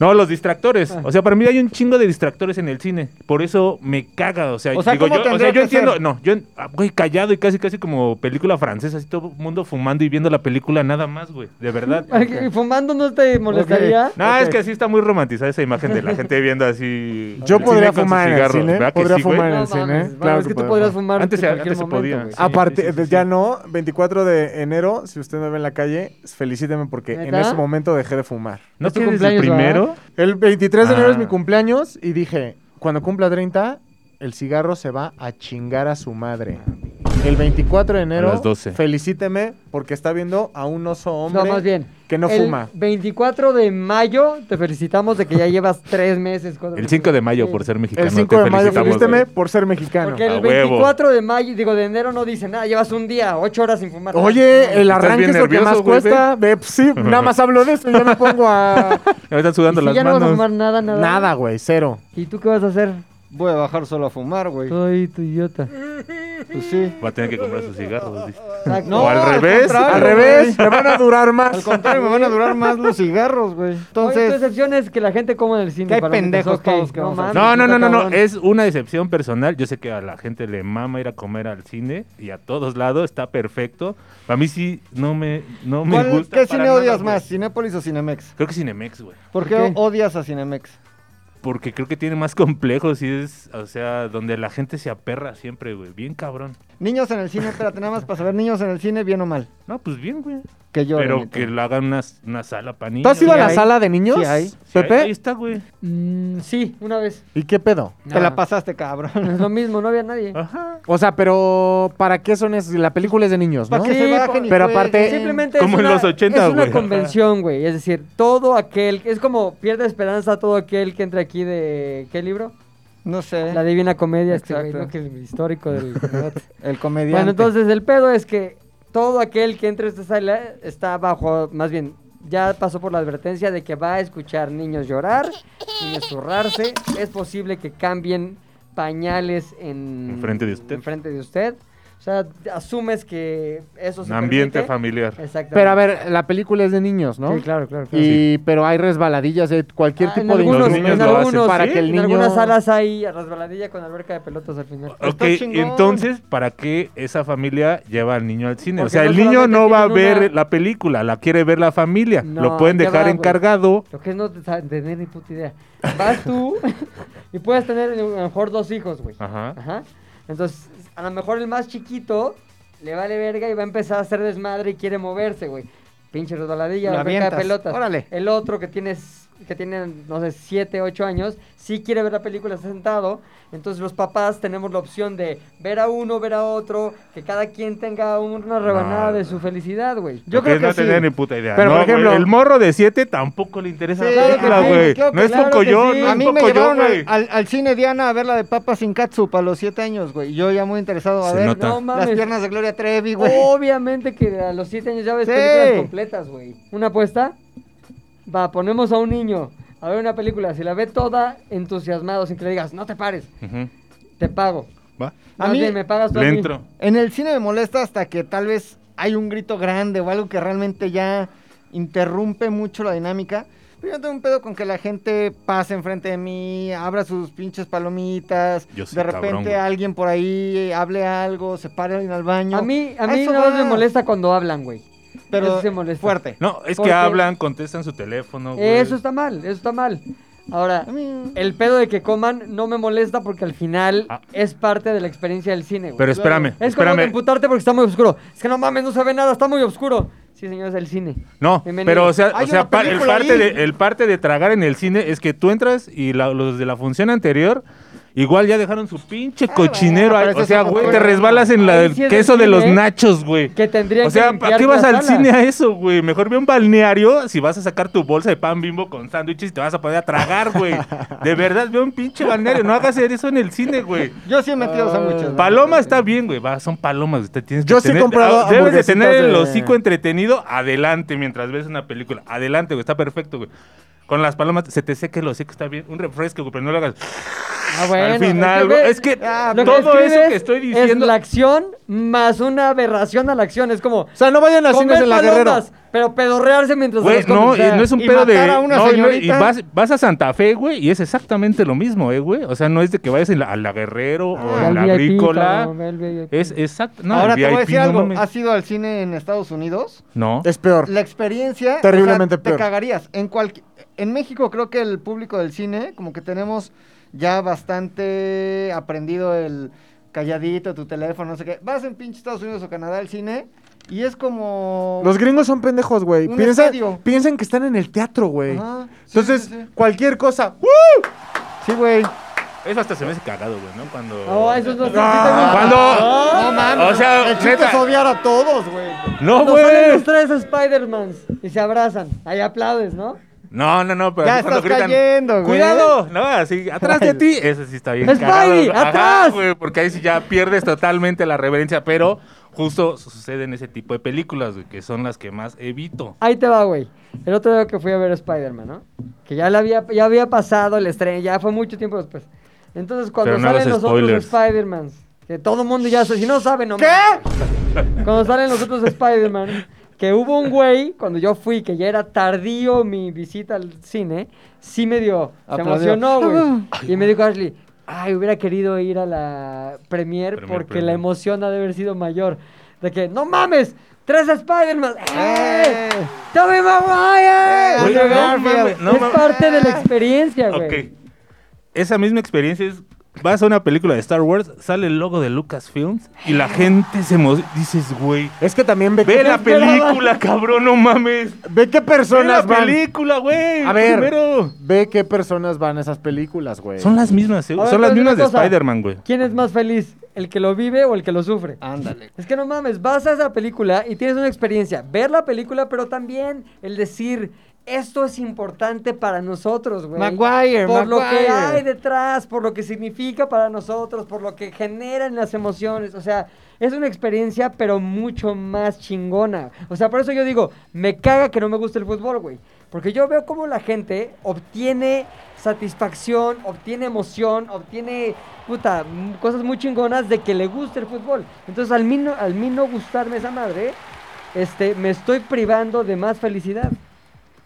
No, los distractores.
Ah.
O sea, para mí hay un chingo de distractores en el cine. Por eso me caga. O sea,
O sea,
digo,
¿cómo
yo, o sea,
tendría
yo
que
entiendo.
ser?
No, yo, en- ah, güey, callado y casi, casi como película francesa. Así todo el mundo fumando y viendo la película nada más, güey. De verdad.
Ay, ¿y ¿Fumando no te molestaría?
No, es que así está muy romantizada esa imagen de la gente viendo así.
Yo
el
podría
cine con sus
fumar en el
cigarros,
cine.
¿verdad que
Podría
sí, güey?
fumar en
No
el cine.
mames, bueno,
Claro
es que tú
podemos.
podrías fumar
Antes
en
se-
cualquier
antes se
momento,
podía,
güey.
sí.
Aparte,
sí, sí,
ya
sí.
no, 24 de enero, si usted me ve en la calle, felicíteme porque en
¿Neta?
ese momento dejé de fumar.
¿No
Es tu
tienes el
cumpleaños,
primero?
El 23 de enero es
Ah.
mi cumpleaños y dije, cuando cumpla 30, el cigarro se va a chingar a su madre. El 24 de enero,
A las 12.
felicíteme porque está viendo a un oso hombre
no, más bien.
que no
el
fuma.
24 de mayo te felicitamos de que ya llevas tres meses. cuatro
El
meses.
5 de mayo,
Sí.
por ser mexicano.
El 5 de mayo, felicíteme
felicítame.
por ser mexicano.
Porque
A
el
huevo.
24 de mayo, digo, de enero no dice nada, llevas un día, ocho horas sin fumar.
eh,
Oye, el arranque
bien
es lo que
nervioso,
más
güey,
cuesta. Ve, pues sí, nada más hablo de eso y ya me pongo a...
Me están sudando
¿Y si
las
ya no vas a
manos.
fumar nada, nada.
Nada, güey, cero.
¿Y tú qué vas a hacer?
Voy a bajar solo a fumar, güey.
Soy tu idiota.
Pues sí.
Va a tener que comprar sus cigarros. dice.
Exacto.
No,
o al
al
revés.
contrario.
Al
al
güey.
revés, me van a durar más.
Al contrario, me van a durar más los cigarros, güey.
Entonces, tu
Entonces,
excepción es que la gente come en el cine.
Que hay
palomitas,
pendejos
ok,
todos que
no
vamos a-
mames,
No, no, no,
está
no, no.
Ah, cabrón.
Es una decepción personal. Yo sé que a la gente le mama ir a comer al cine y a todos lados está perfecto. Para mí sí, no me, no me
¿cuál-
gusta. para
¿qué cine
nada,
odias
güey.
más? ¿Cinépolis o Cinemex?
Creo que Cinemex, güey.
¿Por qué
qué?
odias a Cinemex?
Porque creo que tiene más complejos y es, o sea, donde la gente se aperra siempre, güey. Bien cabrón.
Niños en el cine, espérate, nada más para saber, niños en el cine, bien o mal.
No, pues bien, güey.
Que yo.
Pero que lo hagan una, una sala para niños.
¿Tú has ido a
Sí
la
hay.
sala de niños,
Sí hay. Sí
Sí, ahí- Ahí
Pepe?
está, güey.
Mm, sí, una vez.
¿Y qué pedo?
Te la
No.
pasaste, cabrón.
Es lo mismo, no había nadie.
Ajá.
O sea, pero ¿para qué son es La película es de niños, ¿no?
Para que
Sí,
se bajen y
pero
jueguen.
aparte-
Simplemente
Eh, Como
es
en
una,
los 80,
es una
güey.
convención, güey. Es decir, todo aquel, es como pierde esperanza todo aquel que entra aquí de ¿qué libro?
No sé.
La Divina Comedia, este güey,
Eh, Exacto.
¿no? que es el histórico del
El comediante.
Bueno, entonces el pedo es que todo aquel que entra a esta sala está bajo, más bien, ya pasó por la advertencia de que va a escuchar niños llorar, niños zurrarse, es posible que cambien pañales en
Enfrente de usted.
enfrente de usted. O sea, asumes que eso
Un
se
ambiente
permite.
familiar.
Exactamente.
Pero a ver, la película es de niños, ¿no?
Sí, claro, claro. claro.
Y pero hay resbaladillas de cualquier
Ah, en
tipo de
algunos-
niños
en
lo hacen.
algunos,
para
sí,
que el
En
niño
algunas salas hay resbaladilla con alberca de pelotas al final.
Ok,
Está chingón.
entonces, ¿para qué esa familia lleva al niño al cine? o
Porque
sea,
no
el niño
solamente
no va a
tienen
ver
una-
la película, la quiere ver la familia.
No,
Lo pueden
ahí te
dejar
va, güey.
encargado.
Lo que es no te- sa- tener ni puta idea. Vas tú y puedes tener a lo mejor dos hijos, güey.
Ajá.
Ajá. Entonces, a lo mejor el más chiquito le vale verga y va a empezar a hacer desmadre y quiere moverse, güey. Pinche resbaladilla,
Lo
alberca de
avientas.
pelotas.
Órale.
El otro que tienes que tiene, no sé, 7, 8 años, sí quiere ver la película está sentado. Entonces los papás tenemos la opción de ver a uno, ver a otro, que cada quien tenga una rebanada de su felicidad, güey.
Yo creo que no
sí.
tener ni puta idea.
Pero,
No,
por
güey,
ejemplo-
el morro de 7 tampoco le interesa
Sí,
la película,
claro que sí,
güey.
claro que
no es
claro que
Pocoyo,
sí.
no
A
es
mí me
Pocoyo,
llevaron al,
güey.
al- al cine Diana a ver la de Papa sin Katsup a los 7 años, güey. Y Yo ya muy interesado a
Se
ver
nota.
No
las
mames. Oh,
piernas de Gloria Trevi, güey.
Obviamente que a los 7 años ya ves
Sí.
películas completas, güey. ¿Una apuesta? Va, ponemos a un niño a ver una película. Si la ve toda entusiasmado, sin que le digas, no te pares,
Ujú.
te pago.
Va.
A
Más
mí-
bien, me pagas tú a
Le
mí.
entro.
En el cine me molesta hasta que tal vez hay un grito grande o algo que realmente ya interrumpe mucho la dinámica. Pero yo no tengo un pedo con que la gente pase enfrente de mí, abra sus pinches palomitas,
Yo soy
de
cabrón,
repente
güey.
alguien por ahí eh, hable algo, se pare alguien al baño.
A mí, a mí
eso
nada más
va.
me molesta cuando hablan, güey.
pero
eso sí molesta.
fuerte.
No, es que
Porque-
hablan, contestan su teléfono. güey.
Eso está mal, eso está mal. Ahora,
A mí-
el pedo de que coman no me molesta porque al final
Ah.
es parte de la experiencia del cine, güey.
Pero espérame,
es como
espérame.
computarte porque está muy oscuro. Es que no mames, no se ve nada, está muy oscuro. Sí, señor, es el cine.
No,
Bienvenido.
pero o sea,
Hay
o sea
una
pa- el,
película
parte
ahí.
de, el parte de tragar en el cine es que tú entras y la- los de la función anterior Igual ya dejaron su
Ah,
pinche cochinero ahí.
pero
O
eso
sea,
es otra
güey, te
cosa.
resbalas en la
Ahí
del
sí es de
queso de los
cine,
nachos, güey.
Que tendría
O sea,
que
¿para qué vas al cine a eso, güey? Mejor ve un balneario si vas a sacar tu bolsa de pan bimbo con sándwiches y te vas a poder a tragar, güey. De verdad, ve un pinche balneario. No hagas eso en el cine, güey.
Yo sí he metido sándwiches. ¿no?
Paloma está bien, güey. Va, son palomas. Usted tienes que
Yo sí he
tener-
comprado
ah, Debes de
hamburguesitas
tener el
de-
hocico entretenido. Adelante mientras ves una película. Adelante, güey. Está perfecto, güey. Con las palomas se te seca el hocico, está bien. Un refresco, güey, pero no lo hagas.
Ah,
al final, güey. Es que
lo
todo eso
describes
que estoy
Es
diciendo.
la acción más una aberración a la acción. Es como.
O sea, no vayan a cines
Comer
en la Guerrero.
palomas, pero pedorrearse mientras se
Güey,
las comen,
no,
o sea,
eh, no es un
y
pedo de.
matar a una
no, y no, y
señorita.
vas, vas a Santa Fe, güey, y es exactamente lo mismo, eh, güey. O sea, no es de que vayas en la- a la Guerrero o
Ah,
Ve
a
al
la
VIP,
agrícola.
cabrón, ve al VIP.
Es exacto. No,
Ahora
el
te voy a
VIP,
decir
no
algo.
mames.
¿Has ido al cine en Estados Unidos?
No.
Es peor.
La experiencia.
Terriblemente
o sea,
peor.
Te cagarías. En, cualqui- en México creo que el público del cine, como que tenemos ya bastante aprendido el calladito, tu teléfono, no sé qué. Vas en pinche Estados Unidos o Canadá al cine y es como...
Los gringos son pendejos, güey.
Un
Piensan,
estadio.
piensan que están en el teatro, güey.
Ajá, sí,
Entonces,
sí, sí.
cualquier cosa. ¡uh!
Sí, güey.
Eso hasta se me hace cagado, güey, ¿no? Cuando.
Oh,
Ah,
No, eso no
Cuando.
No mames.
Ah, O sea,
el chiste
neta.
es odiar a todos, güey.
No,
Cuando salen
Ah, güey.
los tres Spider-Mans y se abrazan. Ahí aplaudes, ¿no?
No, no, no, pero
Ya
así cuando
estás
gritan.
cayendo, güey.
Cuidado, no, así, atrás de ti. Eso sí está bien.
¡Spidey,
cagado, güey. Ajá,
atrás!
güey, porque ahí sí ya pierdes totalmente la reverencia, pero justo sucede en ese tipo de películas, güey, que son las que más evito.
Ahí te va, güey. El otro día que fui a ver Spider-Man, ¿no? Que ya, la había, ya había pasado el estreno, ya fue mucho tiempo después. Entonces, cuando
Pero no
salen
hagas
los
spoilers.
otros Spider-Mans, que todo el mundo ya sabe, si no saben, no ¿Qué? Cuando salen los otros Spider-Man, que hubo un güey, cuando yo fui, que ya era tardío mi visita al cine, sí me dio,
Aplaudió.
se emocionó, güey. Y me dijo Ashley, ay, hubiera querido ir a la premier,
Premier,
porque la
premier.
emoción ha de haber sido mayor. De que, no mames, tres Spider-Man. ¡Eh!
Eh.
¡Tobey Maguire!
Güey,
Andrew
no
Garfield.
mames, no
es
mames.
parte de la experiencia, güey.
Ok. Esa misma experiencia es. Vas a una película de Star Wars, sale el logo de Lucasfilms y la gente se emociona. Dices, güey,
Es que también ve,
ve
qué,
la película, cabrón, no mames.
ve qué
Ve la
personas van.
película, güey.
A ver.
Primero.
Ve qué personas van a esas películas, güey.
Son las mismas, eh,
A ver,
son las
pero dime
mismas de
una cosa.
Spider-Man, güey.
¿Quién es más feliz? ¿El que lo vive o el que lo sufre?
Ándale.
Es que no mames, vas a esa película y tienes una experiencia. Ver la película, pero también el decir, esto es importante para nosotros, güey.
Maguire,
Por lo que
Maguire.
hay detrás, por lo que significa para nosotros, por lo que generan las emociones. O sea, es una experiencia, pero mucho más chingona. O sea, por eso yo digo, me caga que no me guste el fútbol, güey. Porque yo veo cómo la gente obtiene satisfacción, obtiene emoción, obtiene, puta, m- cosas muy chingonas de que le guste el fútbol. Entonces, al mí no, al mí no gustarme esa madre, este, me estoy privando de más felicidad.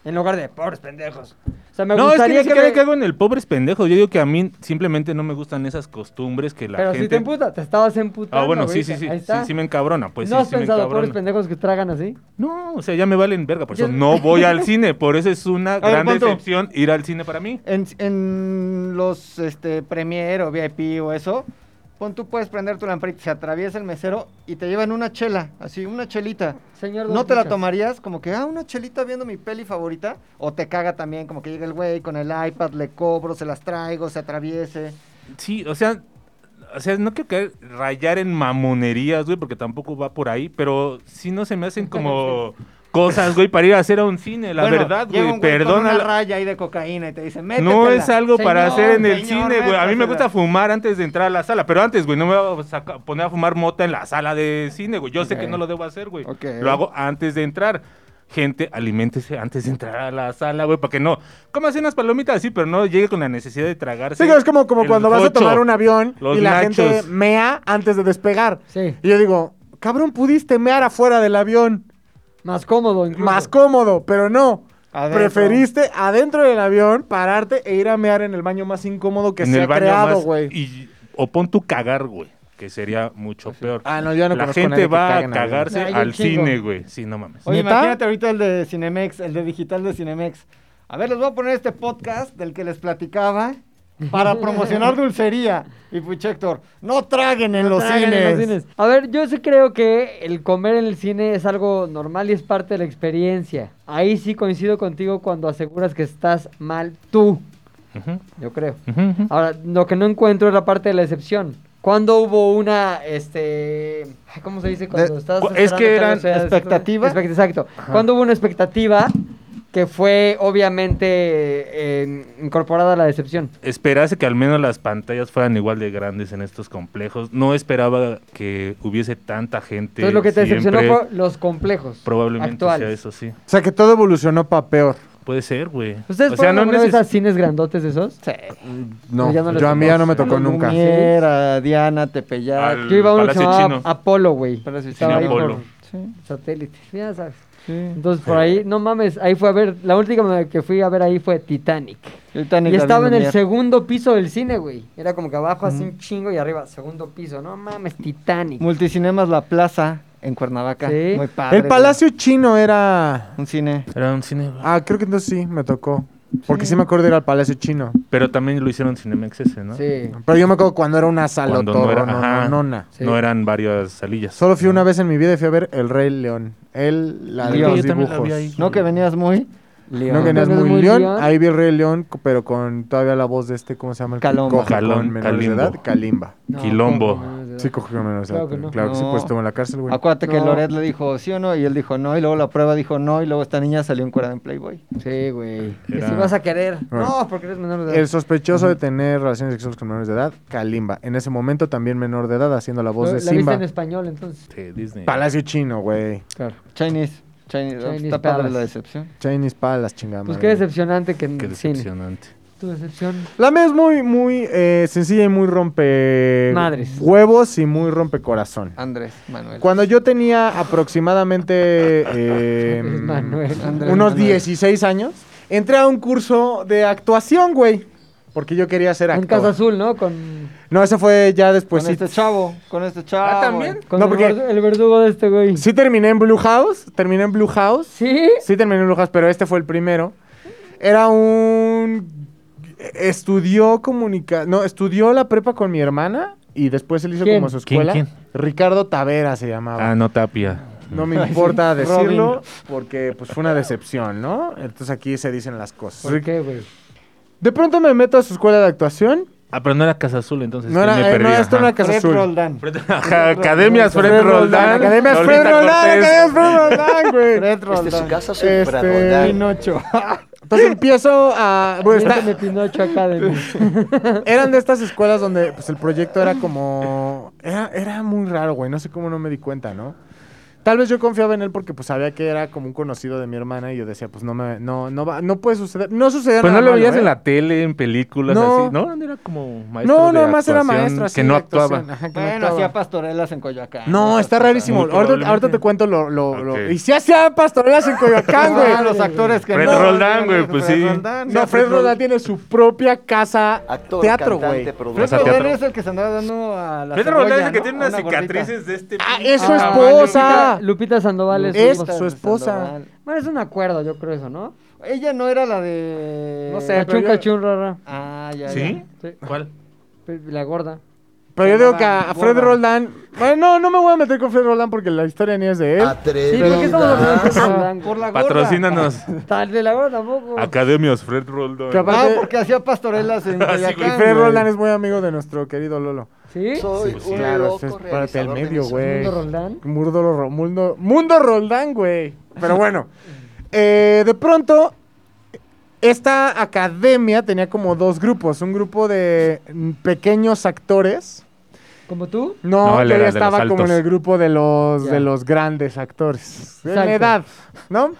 En lugar de pobres pendejos. O sea, me
no, es que
gustaría
ni siquiera
me-
cago en el pobres pendejo. Yo digo que a mí simplemente no me gustan esas costumbres que la
Pero
gente.
si te emputa, te estabas emputando.
Ah, bueno, sí,
güey.
sí, sí, sí,
Ahí está.
sí me encabrona, pues
¿No
sí,
has
sí me
pensado, pobres
encabrona.
pendejos que tragan así?
No, o sea, ya me valen verga, por eso
Yo-
no voy al cine, por eso es una
ver,
gran
¿cuánto?
decepción ir al cine para mí.
En, en los este, Premier o VIP o eso, pon tú puedes prender tu lamparita, se atraviesa el mesero y te llevan una chela, así, una chelita.
Señor Don
¿No te la
Cuchas.
tomarías como que, ah, una chelita viendo mi peli favorita? ¿O te caga también como que llega el güey con el iPad, le cobro, se las traigo, se atraviese?
Sí, o sea, o sea, no quiero caer- rayar en mamonerías, güey, porque tampoco va por ahí, pero sí no se me hacen como cosas, güey, para ir a hacer a un cine, la
Bueno,
verdad,
llega un
güey,
Con
perdona.
una
la-
raya ahí de cocaína y te dice, métetela.
No es algo para
Señor,
hacer en el
señor,
cine, güey. A mí me
métasela.
gusta fumar antes de entrar a la sala, pero antes, güey, no me voy a saca- poner a fumar mota en la sala de cine, güey. Yo sé que
Ok.
no lo debo hacer, güey.
Ok.
Lo hago antes de entrar. Gente, aliméntese antes de entrar a la sala, güey, para que no. Cómase unas palomitas, sí, pero no llegue con la necesidad de tragarse.
Sí, es como, como
el
cuando vas a
jocho.
tomar un avión
Los
y la
nachos.
gente mea antes de despegar.
Sí.
Y yo digo, cabrón, pudiste mear afuera del avión.
Más cómodo, incluso.
Más cómodo, pero no.
Adentro.
Preferiste adentro del avión pararte e ir a mear en el baño más incómodo que
en
se
el
ha
baño
creado,
más-
güey.
y- O pon tu cagar, güey, que sería mucho peor.
Ah, no, yo no
la
conozco a
gente
nadie que
va
cague
a
en avión.
cagarse
Nah, yo
al
un chingo.
cine, güey. Sí, no mames.
Oye,
¿Neta?
imagínate ahorita el de Cinemex, el de digital de Cinemex. A ver, les voy a poner este podcast del que les platicaba para promocionar dulcería. Y puche Héctor, no traguen en los
Tragan en
cines.
los cines. A ver, yo sí creo que el comer en el cine es algo normal y es parte de la experiencia. Ahí sí coincido contigo cuando aseguras que estás mal tú.
Ujú,
yo creo.
ujú, ujú.
Ahora, lo que no encuentro es la parte de la excepción. ¿Cuándo hubo una, este, ay, ¿cómo se dice cuando
De-
estás?
cu- es
esperando
que
algo
eran
sea-
expectativa.
Expect- exacto. ¿Cuándo hubo una expectativa que fue obviamente eh, incorporada a la decepción?
Esperase que al menos las pantallas fueran igual de grandes en estos complejos. No esperaba que hubiese tanta gente.
Entonces lo que te decepcionó
siempre.
fue los complejos
Probablemente sea
actuales.
eso, sí.
O sea que todo evolucionó para peor.
Puede ser, güey.
¿Ustedes
o sea,
fueron
no Mm,
alguna vez
neces-
a cines grandotes de esos? Sí.
No,
Ya no les
yo a mí ya no me
tocó.
tocó nunca.
Lumiera, Diana, Tepeyac.
Al
Yo iba a uno que se
Palacio
llamaba
Chino.
Apolo, güey.
Palacio
Estaba
Chino,
ahí
Apolo.
Sí,
por satélite. Ya sabes.
sí.
Entonces por ahí, no mames, ahí fue a ver, la última que fui a ver ahí fue Titanic.
Titanic
Y
la vi
estaba en el
Lumière.
segundo piso del cine, güey. Era como que abajo así un chingo y arriba, segundo piso. No mames, Titanic.
Multicinemas La Plaza en Cuernavaca.
Sí.
Muy padre.
El Palacio Chino era...
güey. Un cine.
Era un cine. güey.
Ah, creo que entonces sí, me tocó. Porque sí, me acuerdo de ir al Palacio Chino.
Pero también lo hicieron Cinemex ese, ¿no?
Sí.
Pero yo me acuerdo cuando era una
Cuando
salotoro, no,
no, era,
no,
ajá,
nona.
Sí.
no eran varias salillas.
Solo fui una vez en mi vida y fui a ver El Rey León. El, la de
Yo
los
también la
dibujos.
vi ahí.
No que venías muy
No, que no es
Entonces,
muy león. Ahí vi el Rey León, co- pero con todavía la voz de este, ¿cómo se llama? El que
Calomba.
coge
Calom-
con menores de
Calimbo.
edad. Calimba.
No,
Quilombo.
no, no, no.
Sí, cogió con menores de edad.
Claro que
pero
no.
Claro que sí,
No.
pues estuvo en la cárcel, güey.
Acuérdate que
No.
Loret le dijo sí o no y él dijo no y luego la prueba dijo no y luego esta niña salió encuerada en Playboy.
Sí, güey. Que
Era-
si vas a querer.
Bueno.
No, porque eres menor de edad.
El sospechoso de tener relaciones sexuales con menores de edad, Calimba. En ese momento también menor de edad, haciendo la voz
Lo-
de
la viste
Simba.
en español, entonces.
Sí, Disney.
Palacio Chino, güey.
Claro.
Chinese, Chinese,
Chinese
está padre
Palace.
la decepción.
Chinese Palace, chingada.
Pues
madre.
qué decepcionante que en
Qué
cine.
decepcionante.
Tu decepción.
La mía es muy, muy eh, sencilla y muy rompe
Madres.
huevos y muy rompe corazón.
Andrés, Manuel.
Cuando yo tenía aproximadamente eh,
Andrés Manuel.
Andrés
unos
Manuel.
16 años, entré a un curso de actuación, güey. Porque yo quería ser
En
actor.
Casa Azul, ¿no? Con,
No, ese fue ya después.
con
Sí,
este chavo, con este chavo.
¿también?
con
No,
el,
porque-
verdu- el verdugo de este güey.
sí terminé en Blue House. Terminé en Blue House.
¿Sí?
Sí terminé en Blue House, pero este fue el primero. Era un... Estudió comunica... No, estudió la prepa con mi hermana y después él hizo
¿Quién?
como su
¿Quién,
escuela.
quién?
Ricardo Tavera se llamaba.
Ah, no, Tapia.
No me importa
Robin.
decirlo porque pues fue una decepción, ¿no? Entonces aquí se dicen las cosas.
Pues,
¿Por qué, güey?
De pronto me meto a su escuela de actuación.
Ah, pero no era Casa Azul, entonces.
No
ahí
era,
me
eh,
perdí,
no era esto
ajá.
una casa
Fred
azul.
Roldán.
Ajá, Academias Fred Roldán.
Academias Fred
Lolita
Roldán, Academias
Cortés.
Fred Roldán, güey.
Fred Roldán.
casa,
Este,
Pinocho.
Entonces empiezo a. bueno, Pues está-
Méteme Pinocho Academy.
eran de estas escuelas donde pues, el proyecto era como. Era, era muy raro, güey. No sé cómo no me di cuenta, ¿no? Tal vez yo confiaba en él porque pues sabía que era como un conocido de mi hermana y yo decía, pues no me, no, no va, no puede suceder, no sucedió
Pues no
nada
lo
malo,
veías
¿eh?
en la tele, en películas,
No.
así. No, era como maestro.
No,
de
nada más era
actuación
maestro así
Que no
de
actuaba.
actuación, ajá, que no
Bueno,
actuaba.
hacía pastorelas en Coyoacán.
No,
Esas
está
cosas.
rarísimo.
Muy
Ahorita,
probablemente.
ahorita te cuento lo. lo, lo-
Ok.
Y si hacía pastorelas en Coyoacán, güey.
Ah, los actores que
Fred
no.
Roldán, güey, pues
Fred
sí.
Roldán,
No, Fred Roldán tiene su propia casa
Actor,
teatro,
cantante,
güey.
productor.
Fred
Casa
Roldán
teatro.
es el que se andaba dando a la
Fred
cebolla,
Roldán es el que
¿no?
tiene
A
unas
una gordita.
cicatrices de este.
Ah, es su
Ah,
esposa.
Lupita, Lupita Sandoval es, su
Es
esposa.
su esposa.
Sandoval.
Bueno, es un acuerdo, yo creo eso, ¿no?
Ella no era la de.
No sé, pero
Cachun,
yo-
cachun, rara.
Ah, ya.
¿Sí?
Sí,
¿Cuál?
La gorda.
Pero yo digo que a a
Gorda.
Fred Roldán. Bueno, no, no me voy a meter con Fred Roldán porque la historia ni es de él.
Sí,
Atrevida.
¿por qué estamos hablando de Cachun
ya.
Blanco?
Por la gorda.
Patrocínanos.
Tal de la gorda tampoco.
Academias Fred Roldán.
Capaz-
Ah, porque hacía pastorelas en
güey.
Y
Coyoacán.
Fred
güey.
Roldán es muy amigo de nuestro querido Lolo.
¿Sí?
Soy
Sí, sí.
un
Claro,
loco
esto es parte del
realizador de
medio,
mis
Pues, güey.
Mundo Roldán.
Murdo Ro- mundo, mundo Roldán, güey. Pero bueno, eh, de pronto, esta academia tenía como dos grupos. Un grupo de mm, pequeños actores.
¿Como tú?
No,
No, él
yo
era
ya
de los
estaba como en
altos.
el grupo de los,
Ya.
de los grandes actores. De la
Exacto.
edad, ¿no?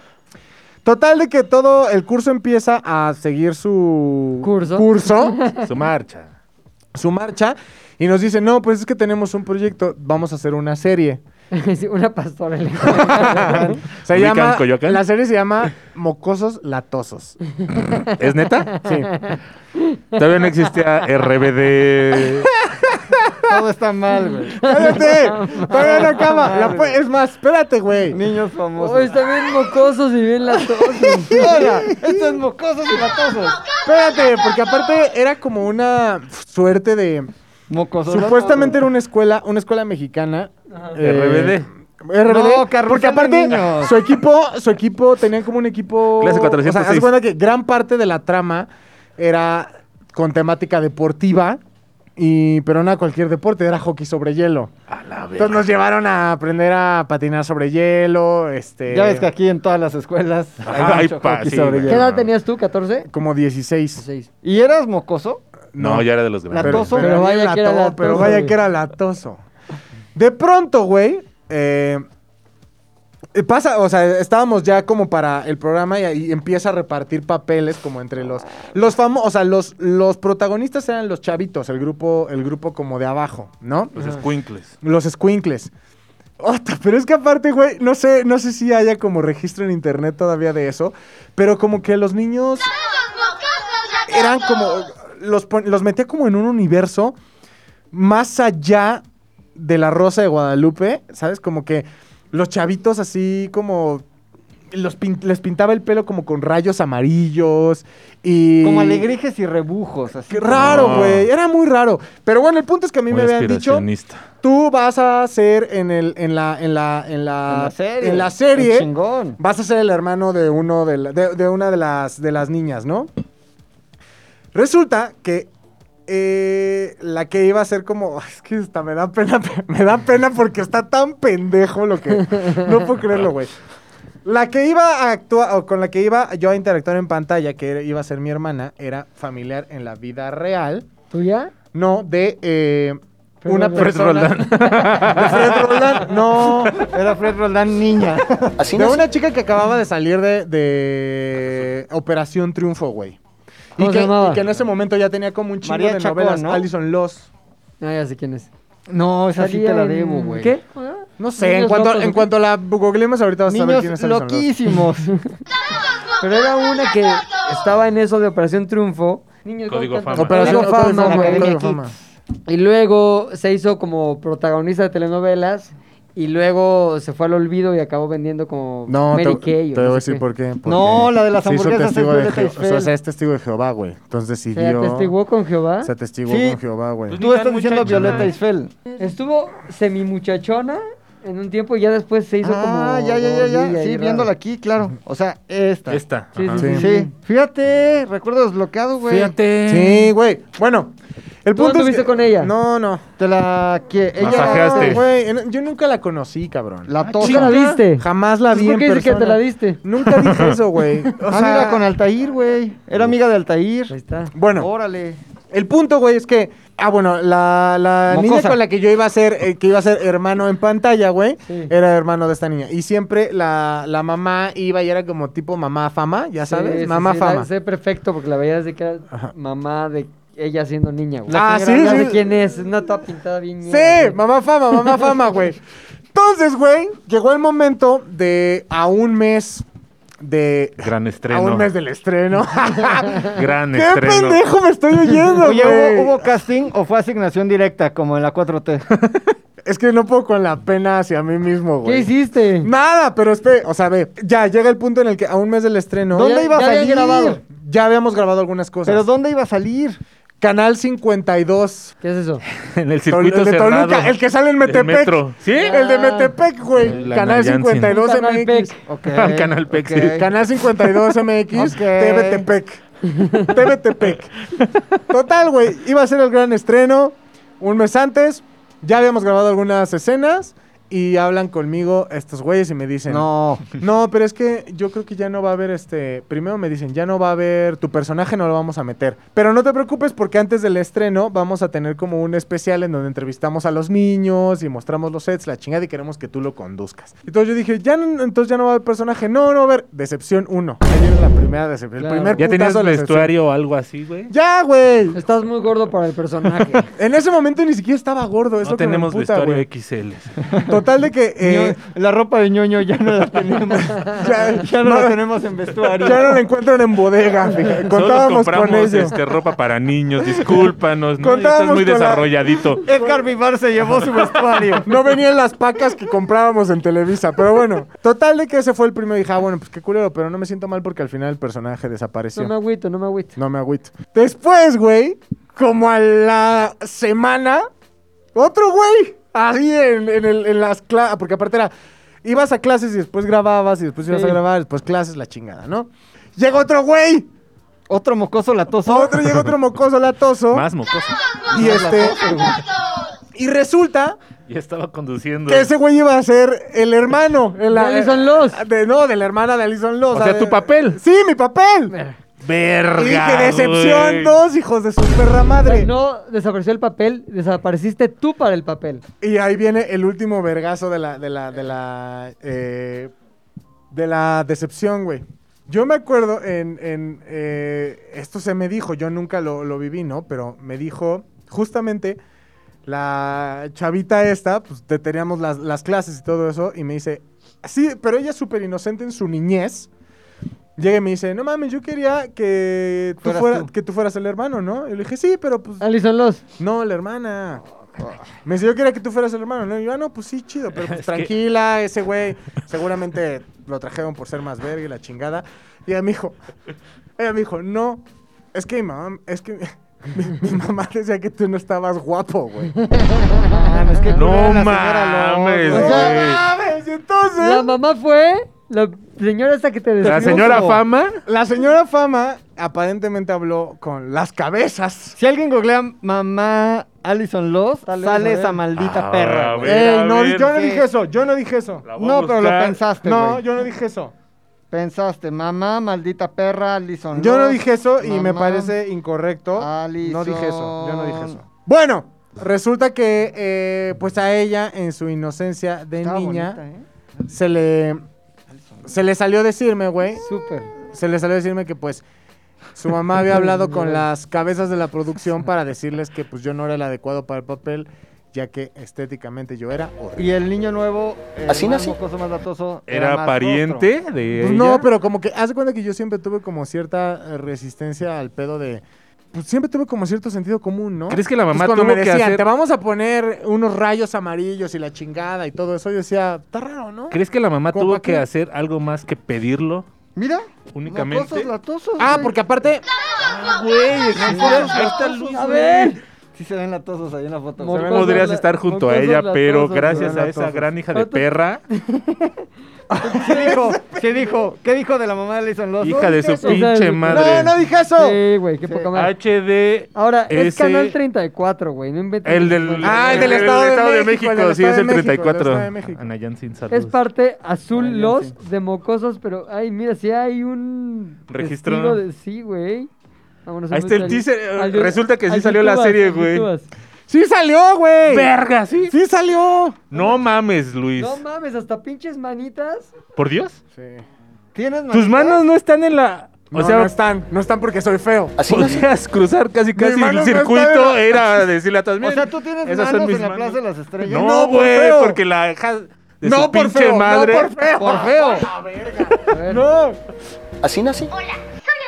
Total de que todo el curso empieza a seguir su
Curso.
curso
Su marcha.
su marcha, y nos dice, no, pues es que tenemos un proyecto, vamos a hacer una serie.
Sí, una pastorela.
Se
¿Ubican
llama,
Coyoacán?
la serie se llama Mocosos Latosos.
¿Es neta?
Sí.
Todavía no existía RBD.
Todo está mal, güey.
¡Cállate! Todavía no acaba. La pu- es más, espérate, güey.
Niños famosos.
Hoy está bien mocosos y bien latosos.
Hola, estos mocosos y latosos.
Espérate, porque aparte era como una suerte de...
Mocosos.
Supuestamente era una escuela, una escuela mexicana. eh, RBD,
No, carrusel
porque
de
aparte
niños.
su equipo, su equipo tenía como un equipo. O
Clase
sea, haz
406.
cuenta que gran parte de la trama era con temática deportiva, y, pero no a cualquier deporte, era hockey sobre hielo.
A la verga.
Entonces nos llevaron a aprender a patinar sobre hielo, este...
Ya ves que aquí en todas las escuelas
Ajá,
hay mucho
hay pa-
hockey
sí,
sobre
güey.
¿Qué
hielo.
edad tenías tú? ¿14?
Como 16.
16.
¿Y eras mocoso?
No, ya era de los grandes.
Latoso.
Pero, pero vaya que era latoso. Pero vaya
güey.
que era latoso. De pronto, güey, eh, eh, pasa, o sea, estábamos ya como para el programa y, ahí empieza a repartir papeles como entre los los famosos, o sea, los, los protagonistas eran los chavitos, el grupo el grupo como de abajo, ¿no?
Los squinkles.
Los squinkles. Ota, pero es que aparte, güey, no sé, no sé si haya como registro en internet todavía de eso, pero como que los niños eran como los pon- los metía como en un universo más allá de la Rosa de Guadalupe, ¿sabes? Como que los chavitos así como los pin- les pintaba el pelo como con rayos amarillos y
Como alegrijes y rebujos. Así
Qué raro,
No.
güey, era muy raro. Pero bueno, el punto es que a mí
Ah. Muy
me habían dicho
aspiracionista.
Tú vas a ser en el en la en la en la,
En la serie.
en la serie,
Qué chingón.
vas a ser el hermano de uno de, la- de, de una de las de las niñas, ¿no? Resulta que eh, la que iba a ser como es que hasta me da pena me da pena porque está tan pendejo lo que no puedo creerlo, güey. La que iba a actuar o con la que iba yo a interactuar en pantalla, que era- iba a ser mi hermana, era familiar en la vida real.
¿Tú ya?
No, de eh,
Fred
una
Roldán.
persona.
Roldán.
De Fred Roldán. No.
Era Fred Roldán niña.
de una chica que acababa de salir de, de Operación Triunfo, güey. Y
¿Cómo
que,
se llamaba?
y que en ese momento ya tenía como un chingo
María
de
Chacón,
novelas.
¿no?
Alison Loss.
No, Ah, ya sé quién es.
No, esa sí te
Salía
la
en-
debo, güey.
¿Qué?
No sé, en
Niños
cuanto,
locos,
en
¿o
cuanto la googleemos ahorita vas a saber quién
Niños
es Alison Loss.
loquísimos.
Pero era una que estaba en eso de Operación Triunfo. Niños
Código
con
Fama.
tanto-
Operación
Código Fama,
Fama,
güey.
Código
Academia
Fama.
Y luego se hizo como protagonista de telenovelas. Y luego se fue al olvido y acabó vendiendo como
No,
Mary
te,
Kay. o
te
no
voy a
sé
decir
qué.
por qué. porque
No, la de las
se hizo
hamburguesas es
testigo de
Violeta
Jeho- o sea,
Isfel.
es testigo de Jehová, güey. Entonces
O sea,
decidió.
atestiguó con Jehová.
Se atestiguó
Sí.
con Jehová, güey.
Pues
Tú estás
tan
diciendo
muchachona.
Violeta Isfel.
Estuvo semi-muchachona en un tiempo y ya después se hizo como.
Ah, ya, ya, ya,
gordilla
ya.
y
Sí,
rara.
viéndola aquí, claro. O sea, esta.
Esta.
Sí,
ajá.
sí, sí.
Sí. Fíjate, recuerdo desbloqueado, güey.
Fíjate.
Sí, güey. Bueno, el
¿Tú
punto es
anduviste
que-
con ella?
No, no.
Te la que ella
Masajeaste.
No, güey, en- yo nunca la conocí, cabrón.
la
¿Nunca Ah, la
toca.
viste?
Jamás la vi
¿Por
en
qué dices que
persona.
te la diste?
Nunca dije eso, güey. O
Ah,
sea,
mira, con Altair, güey. Era amiga de
Ahí
Altair.
está.
Bueno,
Órale.
el punto, güey, es que... Ah, bueno, la, la
Mocosa.
niña con la que yo iba a ser, eh, que iba a ser hermano en pantalla, güey,
Sí.
era hermano de esta niña. Y siempre la, la mamá iba y era como tipo mamá fama, ya sabes,
Sí, sí,
mamá
sí, la
fama.
sé perfecto porque la veía desde que era mamá de ella siendo niña, güey.
Ah,
La señora,
sí,
ya
sí.
sé quién es, es una toda pintada bien. ñera,
Sí,
güey.
mamá fama, mamá fama, güey. Entonces, güey, llegó el momento de a un mes de...
Gran
A un
estreno.
mes del estreno.
Gran
¡Qué
estreno.
pendejo me estoy oyendo,
Oye,
güey!
¿hubo, hubo casting o fue asignación directa como en la 4T?
Es que no puedo con la pena hacia mí mismo,
¿Qué
güey.
hiciste?
Nada, pero espé, o sea, ve, ya llega el punto en el que a un mes del estreno.
¿Dónde
Ya-
iba a
ya habían
salir?
grabado.
Ya habíamos grabado algunas cosas.
Pero ¿dónde iba a salir?
Canal 52.
¿Qué es eso?
En el
Tol-
circuito
el de
cerrado.
Toluca, el que sale en
del
Metepec.
metro. ¿Sí?
El de
Ah.
Metepec, güey.
La
Canal
Nayansen.
52
Un canal
MX.
pec.
Ok.
Canal Pex, sí.
ok.
Canal 52 MX,
Ok.
TVTepec. TVTepec. Total, güey. Iba a ser el gran estreno un mes antes. Ya habíamos grabado algunas escenas. Y hablan conmigo estos güeyes y me dicen...
No.
No, pero es que yo creo que ya no va a haber este. Primero me dicen, ya no va a haber. Tu personaje no lo vamos a meter. Pero no te preocupes porque antes del estreno vamos a tener como un especial en donde entrevistamos a los niños y mostramos los sets, la chingada y queremos que tú lo conduzcas. Entonces yo dije, ya no- entonces ya no va a haber personaje. No, no va a haber. Decepción 1. Ahí viene la primera decepción.
Claro.
El primer
¿Ya tenías
putazo de la decepción.
vestuario o algo así, güey?
Ya, güey.
Estás muy gordo para el personaje.
En ese momento ni siquiera estaba gordo. Es
No
lo que me
tenemos
emputa,
vestuario
güey.
XL.
Total de que. eh,
Ño- la ropa de ñoño ya no la tenemos.
ya,
ya no, la tenemos en vestuario.
ya no la encuentran en bodega. fíjate.
Solo
Contábamos con
compramos
ello.
este, ropa para niños, discúlpanos. ¿no?
Contábamos
Estás muy
con la-
desarrolladito.
Edgar Vivar se llevó su vestuario.
No venían las pacas que comprábamos en Televisa, pero bueno. Total de que ese fue el primero. Dije, ah, bueno, pues qué culero, pero no me siento mal porque al final el personaje desapareció.
No me agüito, no me agüito.
No me agüito. Después, güey, como a la semana, otro güey, así en, en el- en las clases, porque aparte era, ibas a clases y después grababas y después ibas
Sí.
a grabar, después clases, la chingada, ¿no? Llega otro güey,
Otro mocoso latoso.
Otro llega otro mocoso latoso.
Más mocoso.
Y este. Y resulta
Ya estaba conduciendo.
que ese güey iba a ser el hermano. El, eh, ah,
De Alison Loss.
de- no, de la hermana de Alison Loss.
O sea,
de-
tu papel.
Sí, mi papel.
Verga.
Y dije,
güey.
decepción, dos hijos de su perra madre.
No desapareció el papel, desapareciste tú para el papel.
Y ahí viene el último vergazo de la, de la, de la, eh, de la decepción, güey. Yo me acuerdo en, en, eh, esto se me dijo, yo nunca lo, lo viví, ¿no? Pero me dijo justamente la chavita esta, pues te teníamos las, las clases y todo eso, y me dice, sí, pero ella es súper inocente en su niñez. Llega y me dice, no mames, yo quería que tú,
Fueras
fuera-
tú.
que tú fueras el hermano, ¿no? Y le dije, sí, pero pues
Alison Loss.
no, la hermana. Me dice, yo quería que tú fueras el hermano, ¿no? Y yo, ah, no, pues sí, chido, pero pues
Es que-
tranquila, ese güey seguramente lo trajeron por ser más verga y la chingada. Y ella me dijo, ella me dijo, no, es que mi mamá, es que mi, mi mamá decía que tú no estabas guapo, güey.
Mames, qué
No
culera la señora Loz,
mames,
güey.
¡No
O sea,
mames! Y Entonces,
La mamá fue la señora esta que te describo.
La señora
como-
Fama.
la señora Fama aparentemente habló con las cabezas.
Si alguien googlea mamá Alison Loss,
Tal vez,
sale
a ver.
esa maldita
Ah,
perra.
a
güey. Eh,
ver,
Ey,
a
no,
ver,
yo no
sí.
dije eso, yo no dije eso.
La voy a
No, pero lo
buscar.
pensaste,
No,
güey.
yo no dije eso.
Pensaste, mamá, maldita perra, Alison
Yo no
Loss,
dije eso y me
mamá.
parece incorrecto. No
Alison.
dije eso, yo no dije eso. Bueno, resulta que eh, pues a ella en su inocencia de
Estaba
niña
bonita, ¿eh?
se le se le salió decirme, güey,
Súper.
se le salió decirme que pues su mamá había hablado con las cabezas de la producción para decirles que pues yo no era el adecuado para el papel, ya que estéticamente yo era horrible.
Y el niño nuevo, eh, el
Así
más
nací.
mocoso, más latoso,
Era
más rostro.
pariente de.
Pues
ella.
no, pero como que haz de cuenta que yo siempre tuve como cierta eh, resistencia al pedo de pues siempre tuve como cierto sentido común, ¿no?
¿Crees que la mamá
Entonces, pues cuando
tuvo
me
que
decían,
hacer-
te vamos a poner unos rayos amarillos y la chingada y todo eso, yo decía, está raro, ¿no?
¿Crees que la mamá
¿Cómo
tuvo
para
que
qué?
hacer algo más que pedirlo?
Mira,
Únicamente.
mocosos, latosos,
Ah,
güey.
porque aparte,
Güey,
A ver.
Sí se ven latosos ahí en la foto.
Mo-
güey.
Mocosos,
Podrías
la-
estar junto a
mocosos,
ella, pero
latosos,
gracias a
latosos.
esa gran hija de
Otro-
perra,
¿Qué dijo? ¿Qué dijo? ¿Qué dijo de la mamá de Alison Loss?
hija de su
O sea,
pinche
no,
no,
madre.
no dije eso.
Sí, güey, qué
Sí.
poca madre.
HD.
Ahora, es
ese-
Canal 34, güey, no inventes.
El del,
Ah, el del Estado de México, el del
sí, es
Estado
el
de México, el del
34.
Estado de México.
Anayán sin salud.
Es parte azul
Ay, ya
los
sé.
de mocosos, pero ay, mira, si hay un
Registro.
testigo de sí, güey. Vámonos,
Ahí está el
métele.
teaser, eh,
Al de-
resulta que sí
al
salió la
youtubas,
serie,
al
güey.
youtubas.
Sí salió, güey.
¡Verga, sí!
Sí salió.
No mames, Luis.
No mames, hasta pinches manitas.
¿Por Dios?
¿Tienes
Tus manos no están en la...
O
o sea,
no están, no están porque soy feo.
podías cruzar casi casi
mano
el
no
circuito.
está
Era decirle a todas
O
"Miren,
sea, tú tienes
esas son
manos
mis
en la
manos".
Plaza de las Estrellas.
No,
por
güey,
feo.
porque la hija de
No
su
por
pinche
feo, no
madre...
por feo.
Por feo.
A ver,
No.
Así nací.
Hola, soy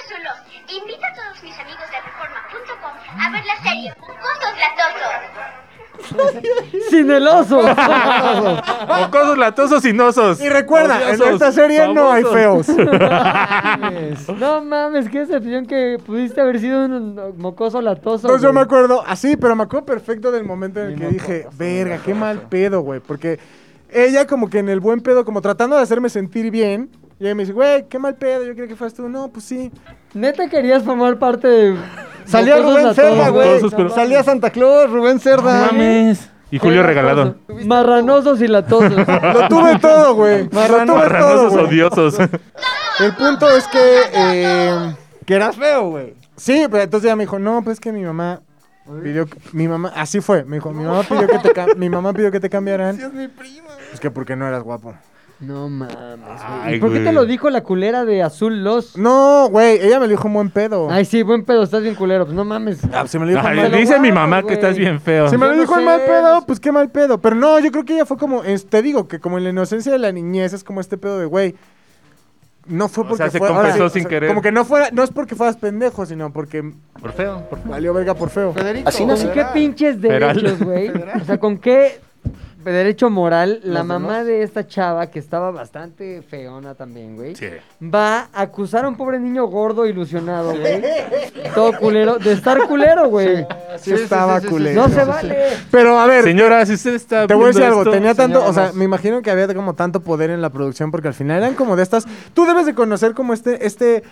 Azulos. Invito a todos mis amigos de reforma.com a ver la serie Mocosos Latosos.
sin el oso.
Mocosos, latosos y nosos.
Y recuerda,
Odiosos,
en esta serie no hay
famosos.
feos.
no mames, qué decepción que pudiste haber sido un mocoso latoso.
Entonces yo
güey.
me acuerdo, así, pero me acuerdo perfecto del momento en el
Mi
que
moco,
dije,
sí,
verga,
moco,
qué mal
sí.
pedo, güey. Porque ella como que en el buen pedo, como tratando de hacerme sentir bien, y ella me dice, güey, qué mal pedo, yo creía que fueras tú. No, pues sí.
Neta querías formar parte de
Salía
mocosos
Rubén
latosos,
Cerda, güey.
Mocosos, pero-
Salía Santa Claus, Rubén Cerda.
Mames. Y Julio
Sí,
Regalado.
latoso. Marranosos y latosos.
Lo tuve todo, güey. Lo tuve todo,
Marranosos
güey.
odiosos.
El punto es que, eh,
Que eras feo, güey.
sí, pero entonces ella me dijo, no, pues que mi mamá pidió, que- mi mamá, así fue, me dijo, mi mamá pidió que te, ca- mi mamá pidió que te cambiaran. Es mi prima. Es que porque no eras guapo.
No mames.
Ay,
¿Y por qué te
güey.
lo dijo la culera de Azul Los?
No, güey, ella me lo dijo en buen pedo.
Ay, sí, buen pedo, estás bien culero. Pues no mames.
Ah, se me lo dijo
Ay,
mal.
lo
dice mi
guardo,
mamá que
güey.
estás bien feo.
Si me lo
Yo no
dijo en
sé,
mal
no
pedo,
sé.
pues qué mal pedo. Pero no, yo creo que ella fue como, es- te digo, que como en la inocencia de la niñez es como este pedo de, güey, no fue
O
porque
sea, se
fue-
compensó
o
sin querer.
Como que no fuera, no es porque fueras pendejo, sino porque
Por feo, por feo.
valió verga por feo.
Federico.
Así
¿Con
nací.
qué pinches
Federal.
derechos, güey? O sea, ¿con qué derecho moral la mamá de esta chava, que estaba bastante feona también, güey,
Sí.
va a acusar a un pobre niño gordo ilusionado, güey? Todo culero, de estar culero, güey.
Sí, estaba culero.
No se vale.
Pero a ver,
Señora, si usted está.
te voy a
viendo
decir algo.
esto,
Tenía tanto,
señora
o sea,
más.
me imagino que había como tanto poder en la producción porque al final eran como de estas. Tú debes de conocer como este, este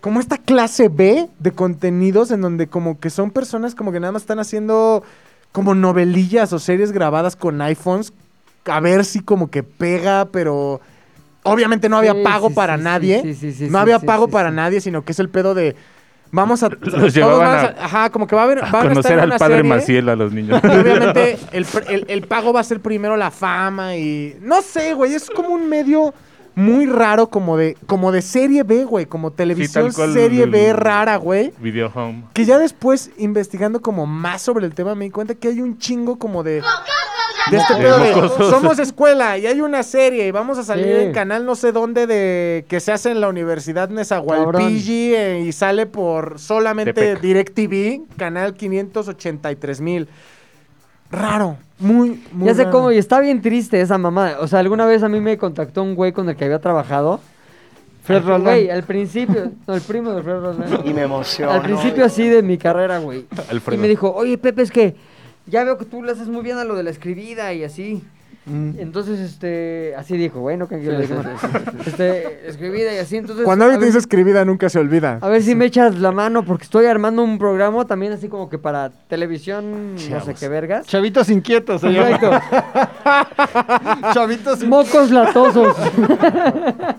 como esta clase B de contenidos en donde como que son personas como que nada más están haciendo como novelillas o series grabadas con iPhones a ver si como que pega, pero obviamente no había
Sí,
pago
sí,
para
sí,
nadie.
sí, sí, sí, sí,
no había
sí,
pago
sí,
para
sí.
nadie, sino que es el pedo de vamos a todos
llevaban
vamos
a-
ajá, como que va a haber
A
van a estar
conocer
en
al
una
padre
serie.
Maciel a los niños.
Y obviamente el, pr- el- el pago va a ser primero la fama y... No sé, güey, es como un medio muy raro, como de, como de serie B, güey, como televisión
cual,
serie B
el-
rara, güey.
Video Home.
Que ya después, investigando como más sobre el tema, me di cuenta que hay un chingo como de...
¡Mocosos
De este
De
pedo de,
mocosos.
somos escuela y hay una serie y vamos a salir
Sí.
en canal no sé dónde de que se hace en la Universidad Nezahualpilli eh, y sale por solamente
Tepec.
DirecTV, canal 583 mil. Raro, muy, muy
ya sé
raro.
cómo, y está bien triste esa mamada. O sea, alguna vez a mí me contactó un güey con el que había trabajado.
Fred
Al- Güey,
Roldán.
al principio, no, el primo de Fred Roldán.
Y me emocionó.
Al principio así de mi carrera, güey. Y me dijo, oye, Pepe, es que ya veo que tú le haces muy bien a lo de la escribida y así.
Mm.
Entonces, este, así dijo, güey, no creo que yo le diga mal. Este, escribida y así, entonces...
Cuando
a
alguien te
ver-
dice escribida nunca se olvida.
A ver si me echas la mano porque estoy armando un programa también así como que para televisión, no sé qué vergas.
Chavitos inquietos, se llama.
Exacto.
Chavitos,
Mocos latosos.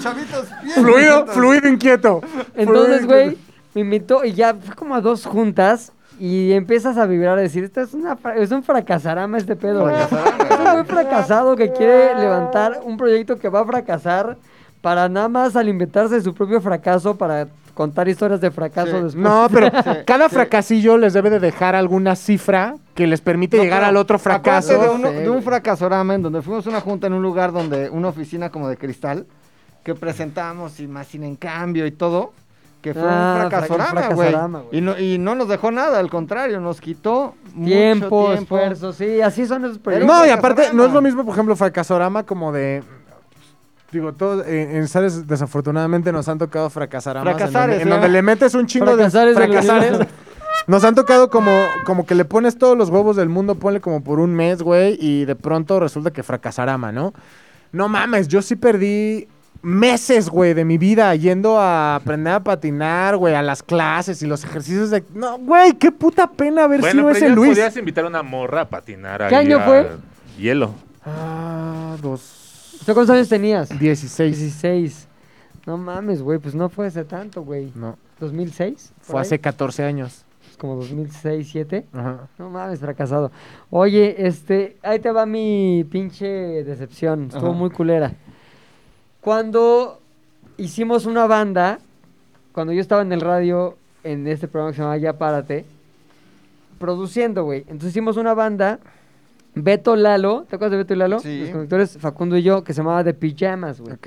chavitos bien
Fluido,
inquietos.
fluido inquieto.
Entonces,
Fluido
güey,
inquieto.
me invitó y ya fue como a dos juntas y empiezas a vibrar a decir, esto es, una, fra- es un fracasarama este pedo. güey". Es un güey fracasado que quiere levantar un proyecto que va a fracasar para nada más al inventarse su propio fracaso para contar historias de fracaso
Sí.
después.
No, pero cada
sí.
fracasillo les debe de dejar alguna cifra que les permite
No,
llegar
claro.
al otro fracaso.
Aparte De, uno-
Sí,
de
güey.
un fracasorama en donde fuimos a una junta en un lugar donde una oficina como de cristal que presentamos y más sin en cambio y todo. Que fue
Ah,
un fracasorama,
fraca-
güey.
fracasorama, güey.
Y no, y no nos dejó nada, al contrario, nos quitó mucho
Tiempo,
tiempo.
esfuerzo, sí, así son esos proyectos.
Pero
No, y
fracasorama.
aparte, no es lo mismo, por ejemplo, fracasorama como de. Digo, todos en, en Sares, desafortunadamente, nos han tocado fracasaramas. En
Fracasares,
donde, en
¿no?
donde le metes un chingo
Fracasares
de
del
fracasares.
universo.
Nos han tocado como, como que le pones todos los huevos del mundo, ponle como por un mes, güey, y de pronto resulta que fracasarama, ¿no? No mames, yo sí perdí meses, güey, de mi vida yendo a aprender a patinar, güey, a las clases y los ejercicios de... No, güey, qué puta pena haber sido
Bueno,
ese
pero ya
Luis.
podías invitar a una morra a patinar
¿Qué
ahí
año
a
fue?
Hielo.
Ah, dos...
¿Tú cuántos años tenías?
16.
16. No mames, güey, pues no fue hace tanto, güey.
No,
¿2006? por
fue
ahí.
hace 14 años.
Pues como 2006, 7.
Ajá.
No mames, fracasado. Oye, este, ahí te va mi pinche decepción. Estuvo
Ajá.
muy culera. Cuando hicimos una banda, cuando yo estaba en el radio, en este programa que se llamaba Ya Párate, produciendo, güey. Entonces hicimos una banda, Beto Lalo, ¿te acuerdas de Beto y Lalo?
Sí.
Los conductores, Facundo y yo, que se llamaba De Pijamas, güey.
Ok.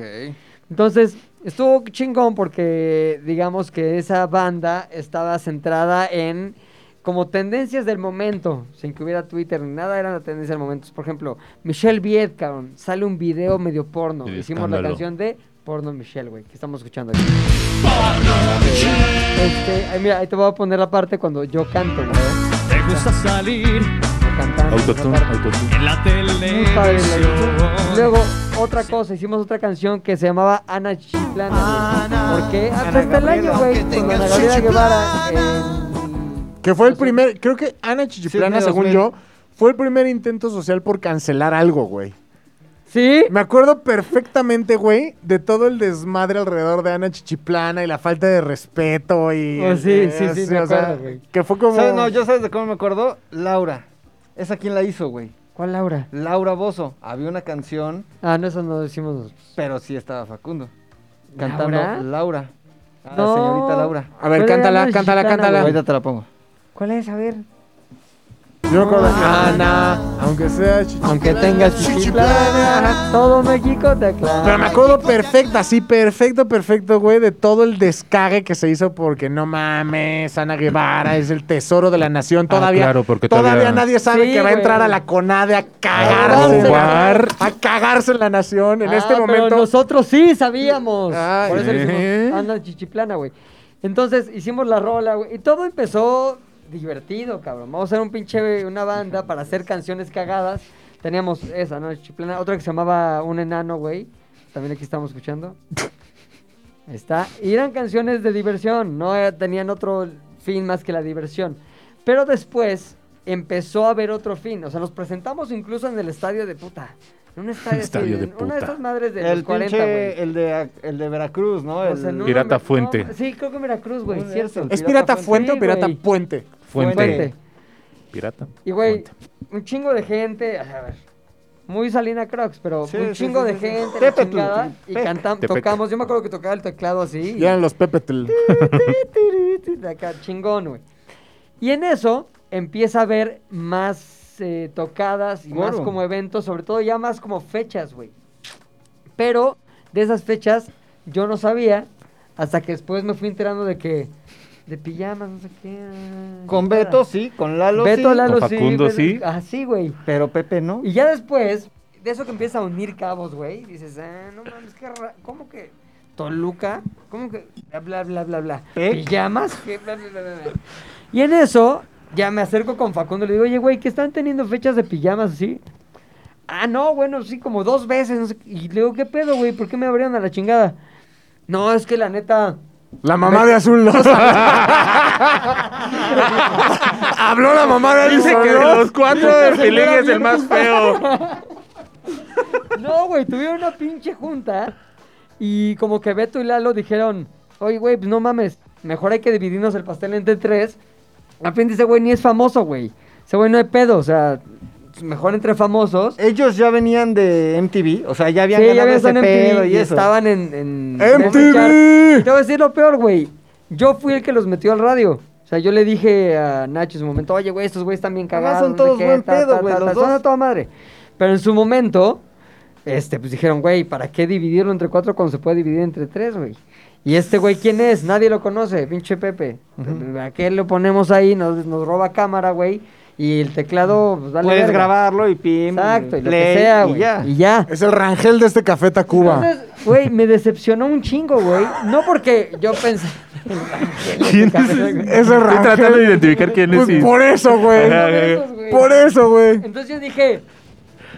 Entonces, estuvo chingón porque digamos que esa banda estaba centrada en como tendencias del momento, sin que hubiera Twitter ni nada, eran las tendencias del momento. Por ejemplo, Michelle Viet, cabrón, sale un video medio porno.
El
Hicimos la
escándalo.
canción de Porno Michelle, güey, que estamos escuchando aquí. Este, ay, mira, ahí te voy a poner la parte cuando yo canto, güey.
Te gusta salir
Cantando.
Autotune,
esa parte.
autotune.
en la
Muy padre la canción.
televisión.
Luego, otra cosa, hicimos otra canción que se llamaba Ana Chiclana. güey. ¿Por qué? Hasta
Ana
este año,
Gabriela,
güey,
aunque
con
tengas
Ana Gabriela Guevara. eh, en-
Que fue el primer, creo que Ana Chichiplana,
Sí,
según
2000.
yo, fue el primer intento social por cancelar algo, güey.
¿Sí?
Me acuerdo perfectamente, güey, de todo el desmadre alrededor de Ana Chichiplana y la falta de respeto y... eh,
Oh, sí, sí, sí, me
o sea,
acuerdo, güey.
Que fue como...
¿Sabes? No, yo sabes de cómo me acuerdo. Laura. ¿Esa quién la hizo, güey?
¿Cuál Laura?
Laura Bozo. Había una canción,
Ah, no, eso no lo decimos nosotros.
pero sí estaba Facundo. Cantando
¿Laura?
Laura. Ah,
No.
señorita Laura.
A ver,
Pero
cántala,
Ana
cántala,
Chiclana,
cántala.
güey.
Ahorita te la pongo.
¿Cuál es? A ver.
Yo me acuerdo que...
Ah,
Ana, aunque sea Chichiplana.
Aunque tengas Chiclana, todo México te aclara.
Pero me acuerdo perfecto, así perfecto, perfecto, güey, de todo el descague que se hizo porque no mames, Ana Guevara es el tesoro de la
Ah,
nación. Todavía,
claro, porque
todavía,
todavía-
nadie sabe
Sí,
que va a
güey.
entrar a la CONADE a
Ah,
cagarse. en la-
robar.
A cagarse en la nación en
Ah,
este
pero
momento.
nosotros sí sabíamos.
Ay.
Por eso le
¿Eh?
hicimos Anda Chichiplana, güey. Entonces hicimos la rola, güey. Y todo empezó divertido, cabrón. Vamos a hacer un pinche, una banda para hacer canciones cagadas. Teníamos esa, ¿no? Chichiplana. Otra que se llamaba Un Enano, güey. También aquí estamos escuchando. Está, y eran canciones de diversión, no eh, tenían otro fin más que la diversión. Pero después empezó a haber otro fin. O sea, nos presentamos incluso en el estadio de puta. En un estadio, así,
Estadio
en
de
Una
puta.
de esas madres de
el
los 40, güey.
pinche, el de, el de Veracruz, ¿no?
O sea, en
El-
una
Pirata
me-
Fuente.
no, sí, creo que en Veracruz, güey,
Uno de
cierto.
esos.
¿Es pirata fuente o
Sí,
pirata
güey.
puente?
Fuente.
Fuente.
Pirata.
Y, güey,
Fuente.
un chingo de gente. A ver. Muy Salina Crocs, pero
Sí,
un
sí,
chingo
sí,
de
sí, sí.
gente. la
Tepetl,
chingada, y
tepec.
cantamos,
Tepec.
tocamos. Yo me acuerdo que tocaba el teclado así.
Y eran los Pepetl.
de acá, chingón, güey. Y en eso empieza a haber más eh, tocadas y más
Claro.
como eventos, sobre todo ya más como fechas, güey. Pero de esas fechas yo no sabía hasta que después me fui enterando de que de pijamas, no sé qué. ah,
Con
cara.
Beto sí, con Lalo
Beto,
sí.
Lalo
Con Facundo,
Beto-
sí.
Ah, sí, güey.
Pero Pepe no.
Y ya después, de eso que empieza a unir cabos, güey, dices, ah, no mames, qué ra- ¿cómo que Toluca? ¿Cómo que bla, bla, bla, bla, bla?
¿Eh?
¿Pijamas? ¿Qué bla, bla, bla, bla, bla? Y en eso, ya me acerco con Facundo y le digo, oye, güey, ¿qué están teniendo fechas de pijamas así? Ah, no, bueno, sí, como dos veces. no sé qué. Y le digo, ¿qué pedo, güey? ¿Por qué me abrieron a la chingada? No, es que la neta...
La mamá
Eh.
de azul no Habló la mamá de
Dice
azul
que de los cuatro, el Pelín es el más feo.
No, güey, tuvieron una pinche junta y como que Beto y Lalo dijeron, oye, güey, pues no mames, mejor hay que dividirnos el pastel entre tres. Al fin dice, güey, ni es famoso, güey. Ese güey no hay pedo, o sea, mejor entre famosos.
Ellos ya venían de MTV, o sea, ya habían
Sí, ya
ganado
habían
ese
estado en
pedo
MTV y
y eso.
estaban en... en
MTV.
Te voy a decir lo peor, güey. Yo fui el que los metió al radio. O sea, yo le dije a Nacho en su momento, oye, güey, estos güeyes están bien
Además,
cagados.
son
no sé
todos
qué,
buen
ta,
pedo,
ta,
güey,
ta,
los
ta". Son
dos.
a toda madre. Pero en su momento, este, pues dijeron, güey, ¿para qué dividirlo entre cuatro cuando se puede dividir entre tres, güey? Y este güey, ¿quién es? Nadie lo conoce, pinche Pepe. Pues, ¿A qué lo ponemos ahí? Nos, nos roba cámara, güey. Y el teclado, pues dale.
Puedes
verga.
grabarlo y pim.
Exacto, y lo
play,
que sea,
y
güey.
ya.
Y ya.
Es el Rangel de este café Tacuba.
Entonces, güey, me decepcionó un chingo, güey. No porque yo pensé.
¿Quién es?
Es el
Estoy tratando de
Rangel.
identificar quién es.
Pues
y-
por eso,
Ajá,
güey.
güey.
e-
Por eso, güey.
Entonces yo dije,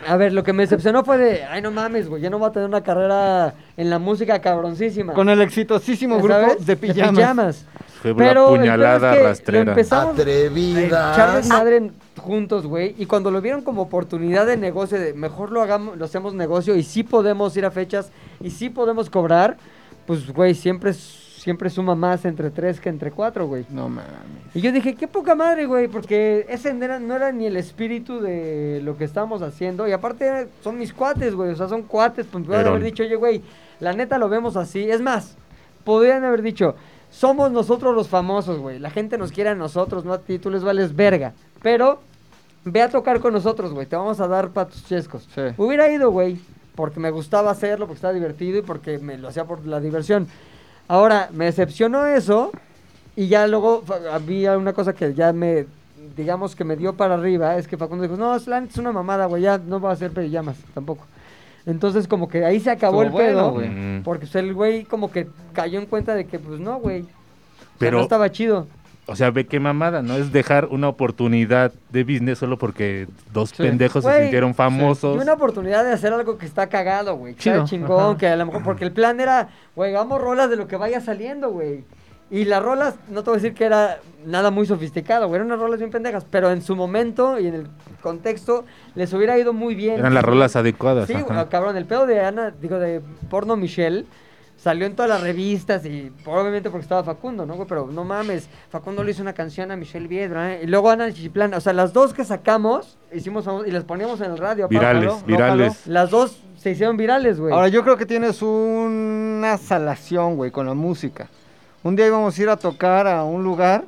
a ver, lo que me decepcionó fue de, ay, no mames, güey, ya no voy a tener una carrera en la música cabroncísima.
Con el exitosísimo
¿Ya
grupo
sabes?
de pijamas.
Fue una
Pero el pedo
puñalada
es que lo
rastrera.
empezamos a echar
Atrevida.
desmadre en- juntos, güey, y cuando lo vieron como oportunidad de negocio, de mejor lo hagamos, lo hacemos negocio y sí podemos ir a fechas y sí podemos cobrar, pues, güey, siempre, siempre suma más entre tres que entre cuatro, güey.
No mames.
Y yo dije, qué poca madre, güey, porque ese no era, no era ni el espíritu de lo que estábamos haciendo. Y aparte era- son mis cuates, güey, o sea, son cuates. Pues podrían
Perón.
haber dicho, oye, güey, la neta lo vemos así. Es más, podrían haber dicho, somos nosotros los famosos, güey. La gente nos quiere a nosotros, no a ti, tú les vales verga. Pero ve a tocar con nosotros, güey, te vamos a dar pa' tus chescos.
Sí.
Hubiera ido, güey, porque me gustaba hacerlo, porque estaba divertido y porque me lo hacía por la diversión. Ahora, me decepcionó eso y ya luego fa- había una cosa que ya me, digamos que me dio para arriba, es que Facundo dijo, no, es la neta es una mamada, güey, ya no va a hacer pijamas tampoco. Entonces como que ahí se acabó
Estuvo
el pedo,
bueno, güey.
Mm.
porque pues, el güey como que cayó en cuenta de que pues no, güey, o sea,
Pero-
no estaba chido.
O sea, ve qué mamada, ¿no? Es dejar una oportunidad de business solo porque dos pendejos se
Güey,
sintieron
Y
famosos.
una oportunidad de hacer algo que está cagado, güey. Que está
Chido,
chingón,
ajá.
que a lo mejor. Porque el plan era, güey, hagamos rolas de lo que vaya saliendo, güey. Y las rolas, no te voy a decir que era nada muy sofisticado, güey. Eran unas rolas bien pendejas. Pero en su momento y en el contexto, les hubiera ido muy bien.
Eran las rolas adecuadas.
Sí,
ajá.
güey, cabrón, el pedo de Ana, digo, de porno Michelle, salió en todas las revistas y probablemente porque estaba Facundo, ¿no, güey? Pero no mames, Facundo le hizo una canción a Michelle Viedra, ¿eh? Y luego Ana Chichiplana, o sea, las dos que sacamos, hicimos famos- y las poníamos en el radio. aparte,
virales,
¿no?
virales.
Las dos se hicieron virales, güey.
Ahora, yo creo que tienes una salación, güey, con la música. Un día íbamos a ir a tocar a un lugar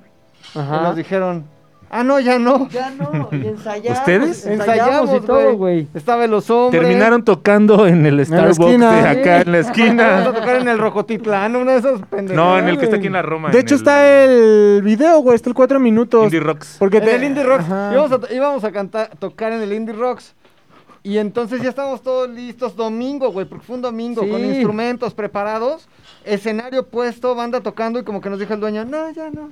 y nos dijeron, ah, no, ya no.
Ya no, y ensayamos.
¿Ustedes?
Ensayamos y todo, güey.
Estaba en los hombres.
Terminaron tocando en el Starbucks
esquina.
de acá, en la
Vamos a
esquina.
tocar en el Rocotitlán, una de esas pendejadas.
No, en el que está aquí en la Roma.
De
en
hecho,
el
está el video, güey. Está el cuatro minutos.
Indie Rocks.
Porque
En
te-
el Indie Rocks.
Ajá.
Íbamos a, íbamos a cantar, tocar en el Indie Rocks. Y entonces ya estábamos todos listos. Domingo, güey, porque fue un domingo
Sí.
con instrumentos preparados, escenario puesto, banda tocando. Y como que nos dijo el dueño, no, ya no.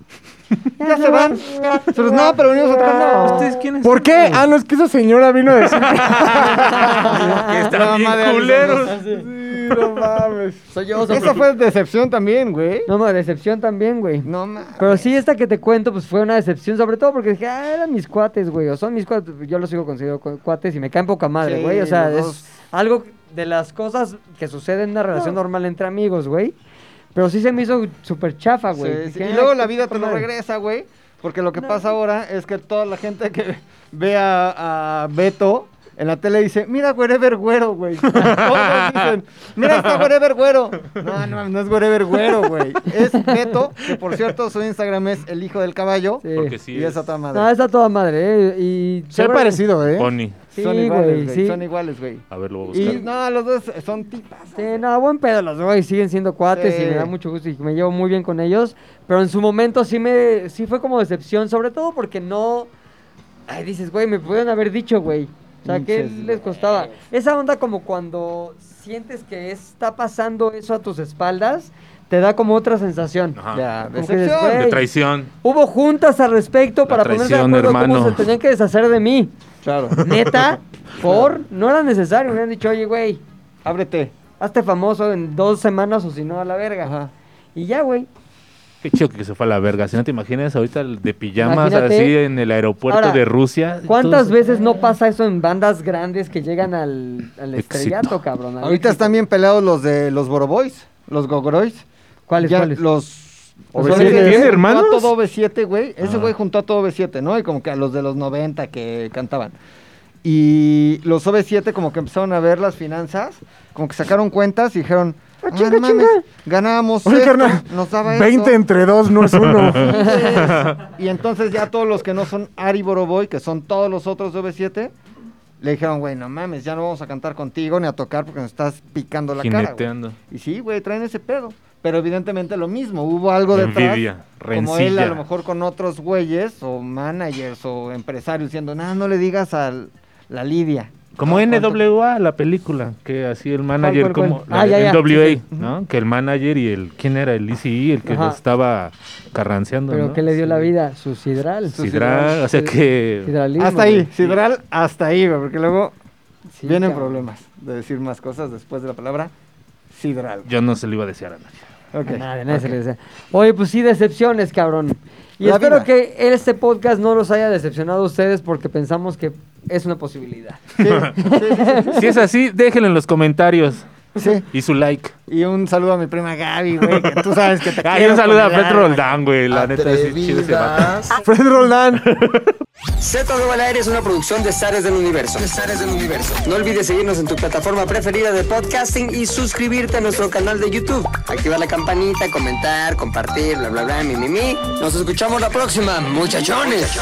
Ya, se van. Nosotros, no, pero venimos a tocar. No.
¿Ustedes quiénes
¿Por qué? Ah, no, es que esa señora vino a decir.
Que
La
están
mamá de
bien
Alison
culeros.
González.
No mames.
Soy yo, soy
Esa fue decepción también, güey.
No, no, decepción también, güey.
No mames.
Pero sí, esta que te cuento, pues fue una decepción, sobre todo porque dije, ah, eran mis cuates, güey, o son mis cuates, yo los sigo considerando cu- cuates y me caen poca madre,
Sí,
güey, o sea,
los
es
dos.
algo de las cosas que sucede en una relación normal entre amigos, güey, pero sí se me hizo súper chafa, güey.
Sí, sí.
Dije,
Y
ah,
luego
qué
la vida te
poca
lo
madre.
regresa, güey. Porque lo que pasa ahora es que toda la gente que ve a, a Beto en la tele dice, mira Wherever Güero, güey. Todos dicen, mira ahí está Wherever Güero. No, no, no es Wherever Güero, güey. Es Beto, que por cierto su Instagram es el hijo del caballo.
Sí. Ah,
Porque sí.
Y es
es
otra madre.
No, está toda madre, ¿eh? Y
Se ha parecido, ¿eh?
Pony.
Sí,
son iguales,
güey,
güey.
sí.
Son iguales, güey.
A ver, lo voy a
Y
buscar.
no, los dos son tipas.
Sí, no, buen pedo los güey, siguen siendo cuates
Sí.
y me da mucho gusto y me llevo muy bien con ellos, pero en su momento sí me sí fue como decepción, sobre todo porque no ay, dices, güey, me pudieron haber dicho, güey. O sea, ¿qué
Pinches
les costaba? Esa onda como cuando sientes que está pasando eso a tus espaldas, te da como otra sensación.
Ajá.
Ya,
Como que
decepción.
después-
De traición.
Hubo juntas al respecto
La
para ponerse de
traición,
acuerdo cómo
hermano.
se tenían que deshacer de mí.
Claro.
Neta, por no era necesario, me han dicho, "Oye, güey,
Ábrete.
Hazte famoso en dos semanas o si no a la verga.
Ajá.
Y ya, güey.
Qué chido que se fue a la verga. Si no te imaginas ahorita el de pijamas
Imagínate.
así en el aeropuerto
Ahora,
de Rusia.
¿Cuántas
Entonces-
veces
eh,
no pasa eso en bandas grandes que llegan al, al
Éxito.
estrellato, cabrón? al éxito?
Ahorita están bien peleados los de los Boroboys, los Gogoroys.
¿Cuáles,
Ya
cuáles?
Los.
¿OV7?
Ese güey
¿Tiene
juntó
hermanos?
A todo B7, güey. Ese
Ah.
güey juntó a todo B7, ¿no? Y como que a los de los 90 que cantaban. Y los OB7 como que empezaron a ver las finanzas, como que sacaron cuentas y dijeron, ah,
chinga,
no mames,
chinga".
ganábamos
Oye,
esto,
carnal,
nos daba
20
esto.
entre 2 no es uno.
Y entonces ya todos los que no son Ari Boroboy, que son todos los otros de OB7, le dijeron, güey, no mames, ya no vamos a cantar contigo ni a tocar porque nos estás picando la cara. güey".
Jineteando.
Y sí, güey, traen ese pedo. Pero evidentemente lo mismo, hubo algo detrás.
Envidia.
Como él,
rencilla.
a lo mejor con otros güeyes, o managers, o empresarios, diciendo, nada, no le digas a la Lidia.
Como NWA, la película, que así el
cuál,
manager, como
cuál?
la
Ah, ya, ya,
NWA,
sí, sí.
¿no? Que el manager y el, ¿quién era? El ICI, el que
Ajá.
estaba carranceando,
Pero
¿no?
que le dio
Sí.
la vida, su sidral.
Sidral, o sea que...
Sidralismo,
Hasta ahí,
güey.
Sidral, hasta ahí, güey, porque luego
Sí,
vienen
cabrón.
problemas de decir más cosas después de la palabra Sidral.
Yo no se lo iba a decir a nadie.
Ok.
A nadie, a nadie se le desea. Oye, pues sí, decepciones, cabrón. Y
La
espero
vida.
que este podcast no los haya decepcionado a ustedes porque pensamos que es una posibilidad.
Sí, sí, sí,
Si es así, déjenlo en los comentarios
sí, sí.
y su like.
Y un saludo a mi prima Gaby, güey, que tú sabes que te
Ay,
quiero
un saludo a
con el
Petro
alma.
Roldán, güey. La neta, sí, chido ese vato.
Fred Roldán.
Z2 al aire es una producción de Zares del Universo. del Universo. No olvides seguirnos en tu plataforma preferida de podcasting y suscribirte a nuestro canal de YouTube. Activar la campanita, comentar, compartir, bla, bla, bla, mi, mi, mi. Nos escuchamos la próxima, muchachones.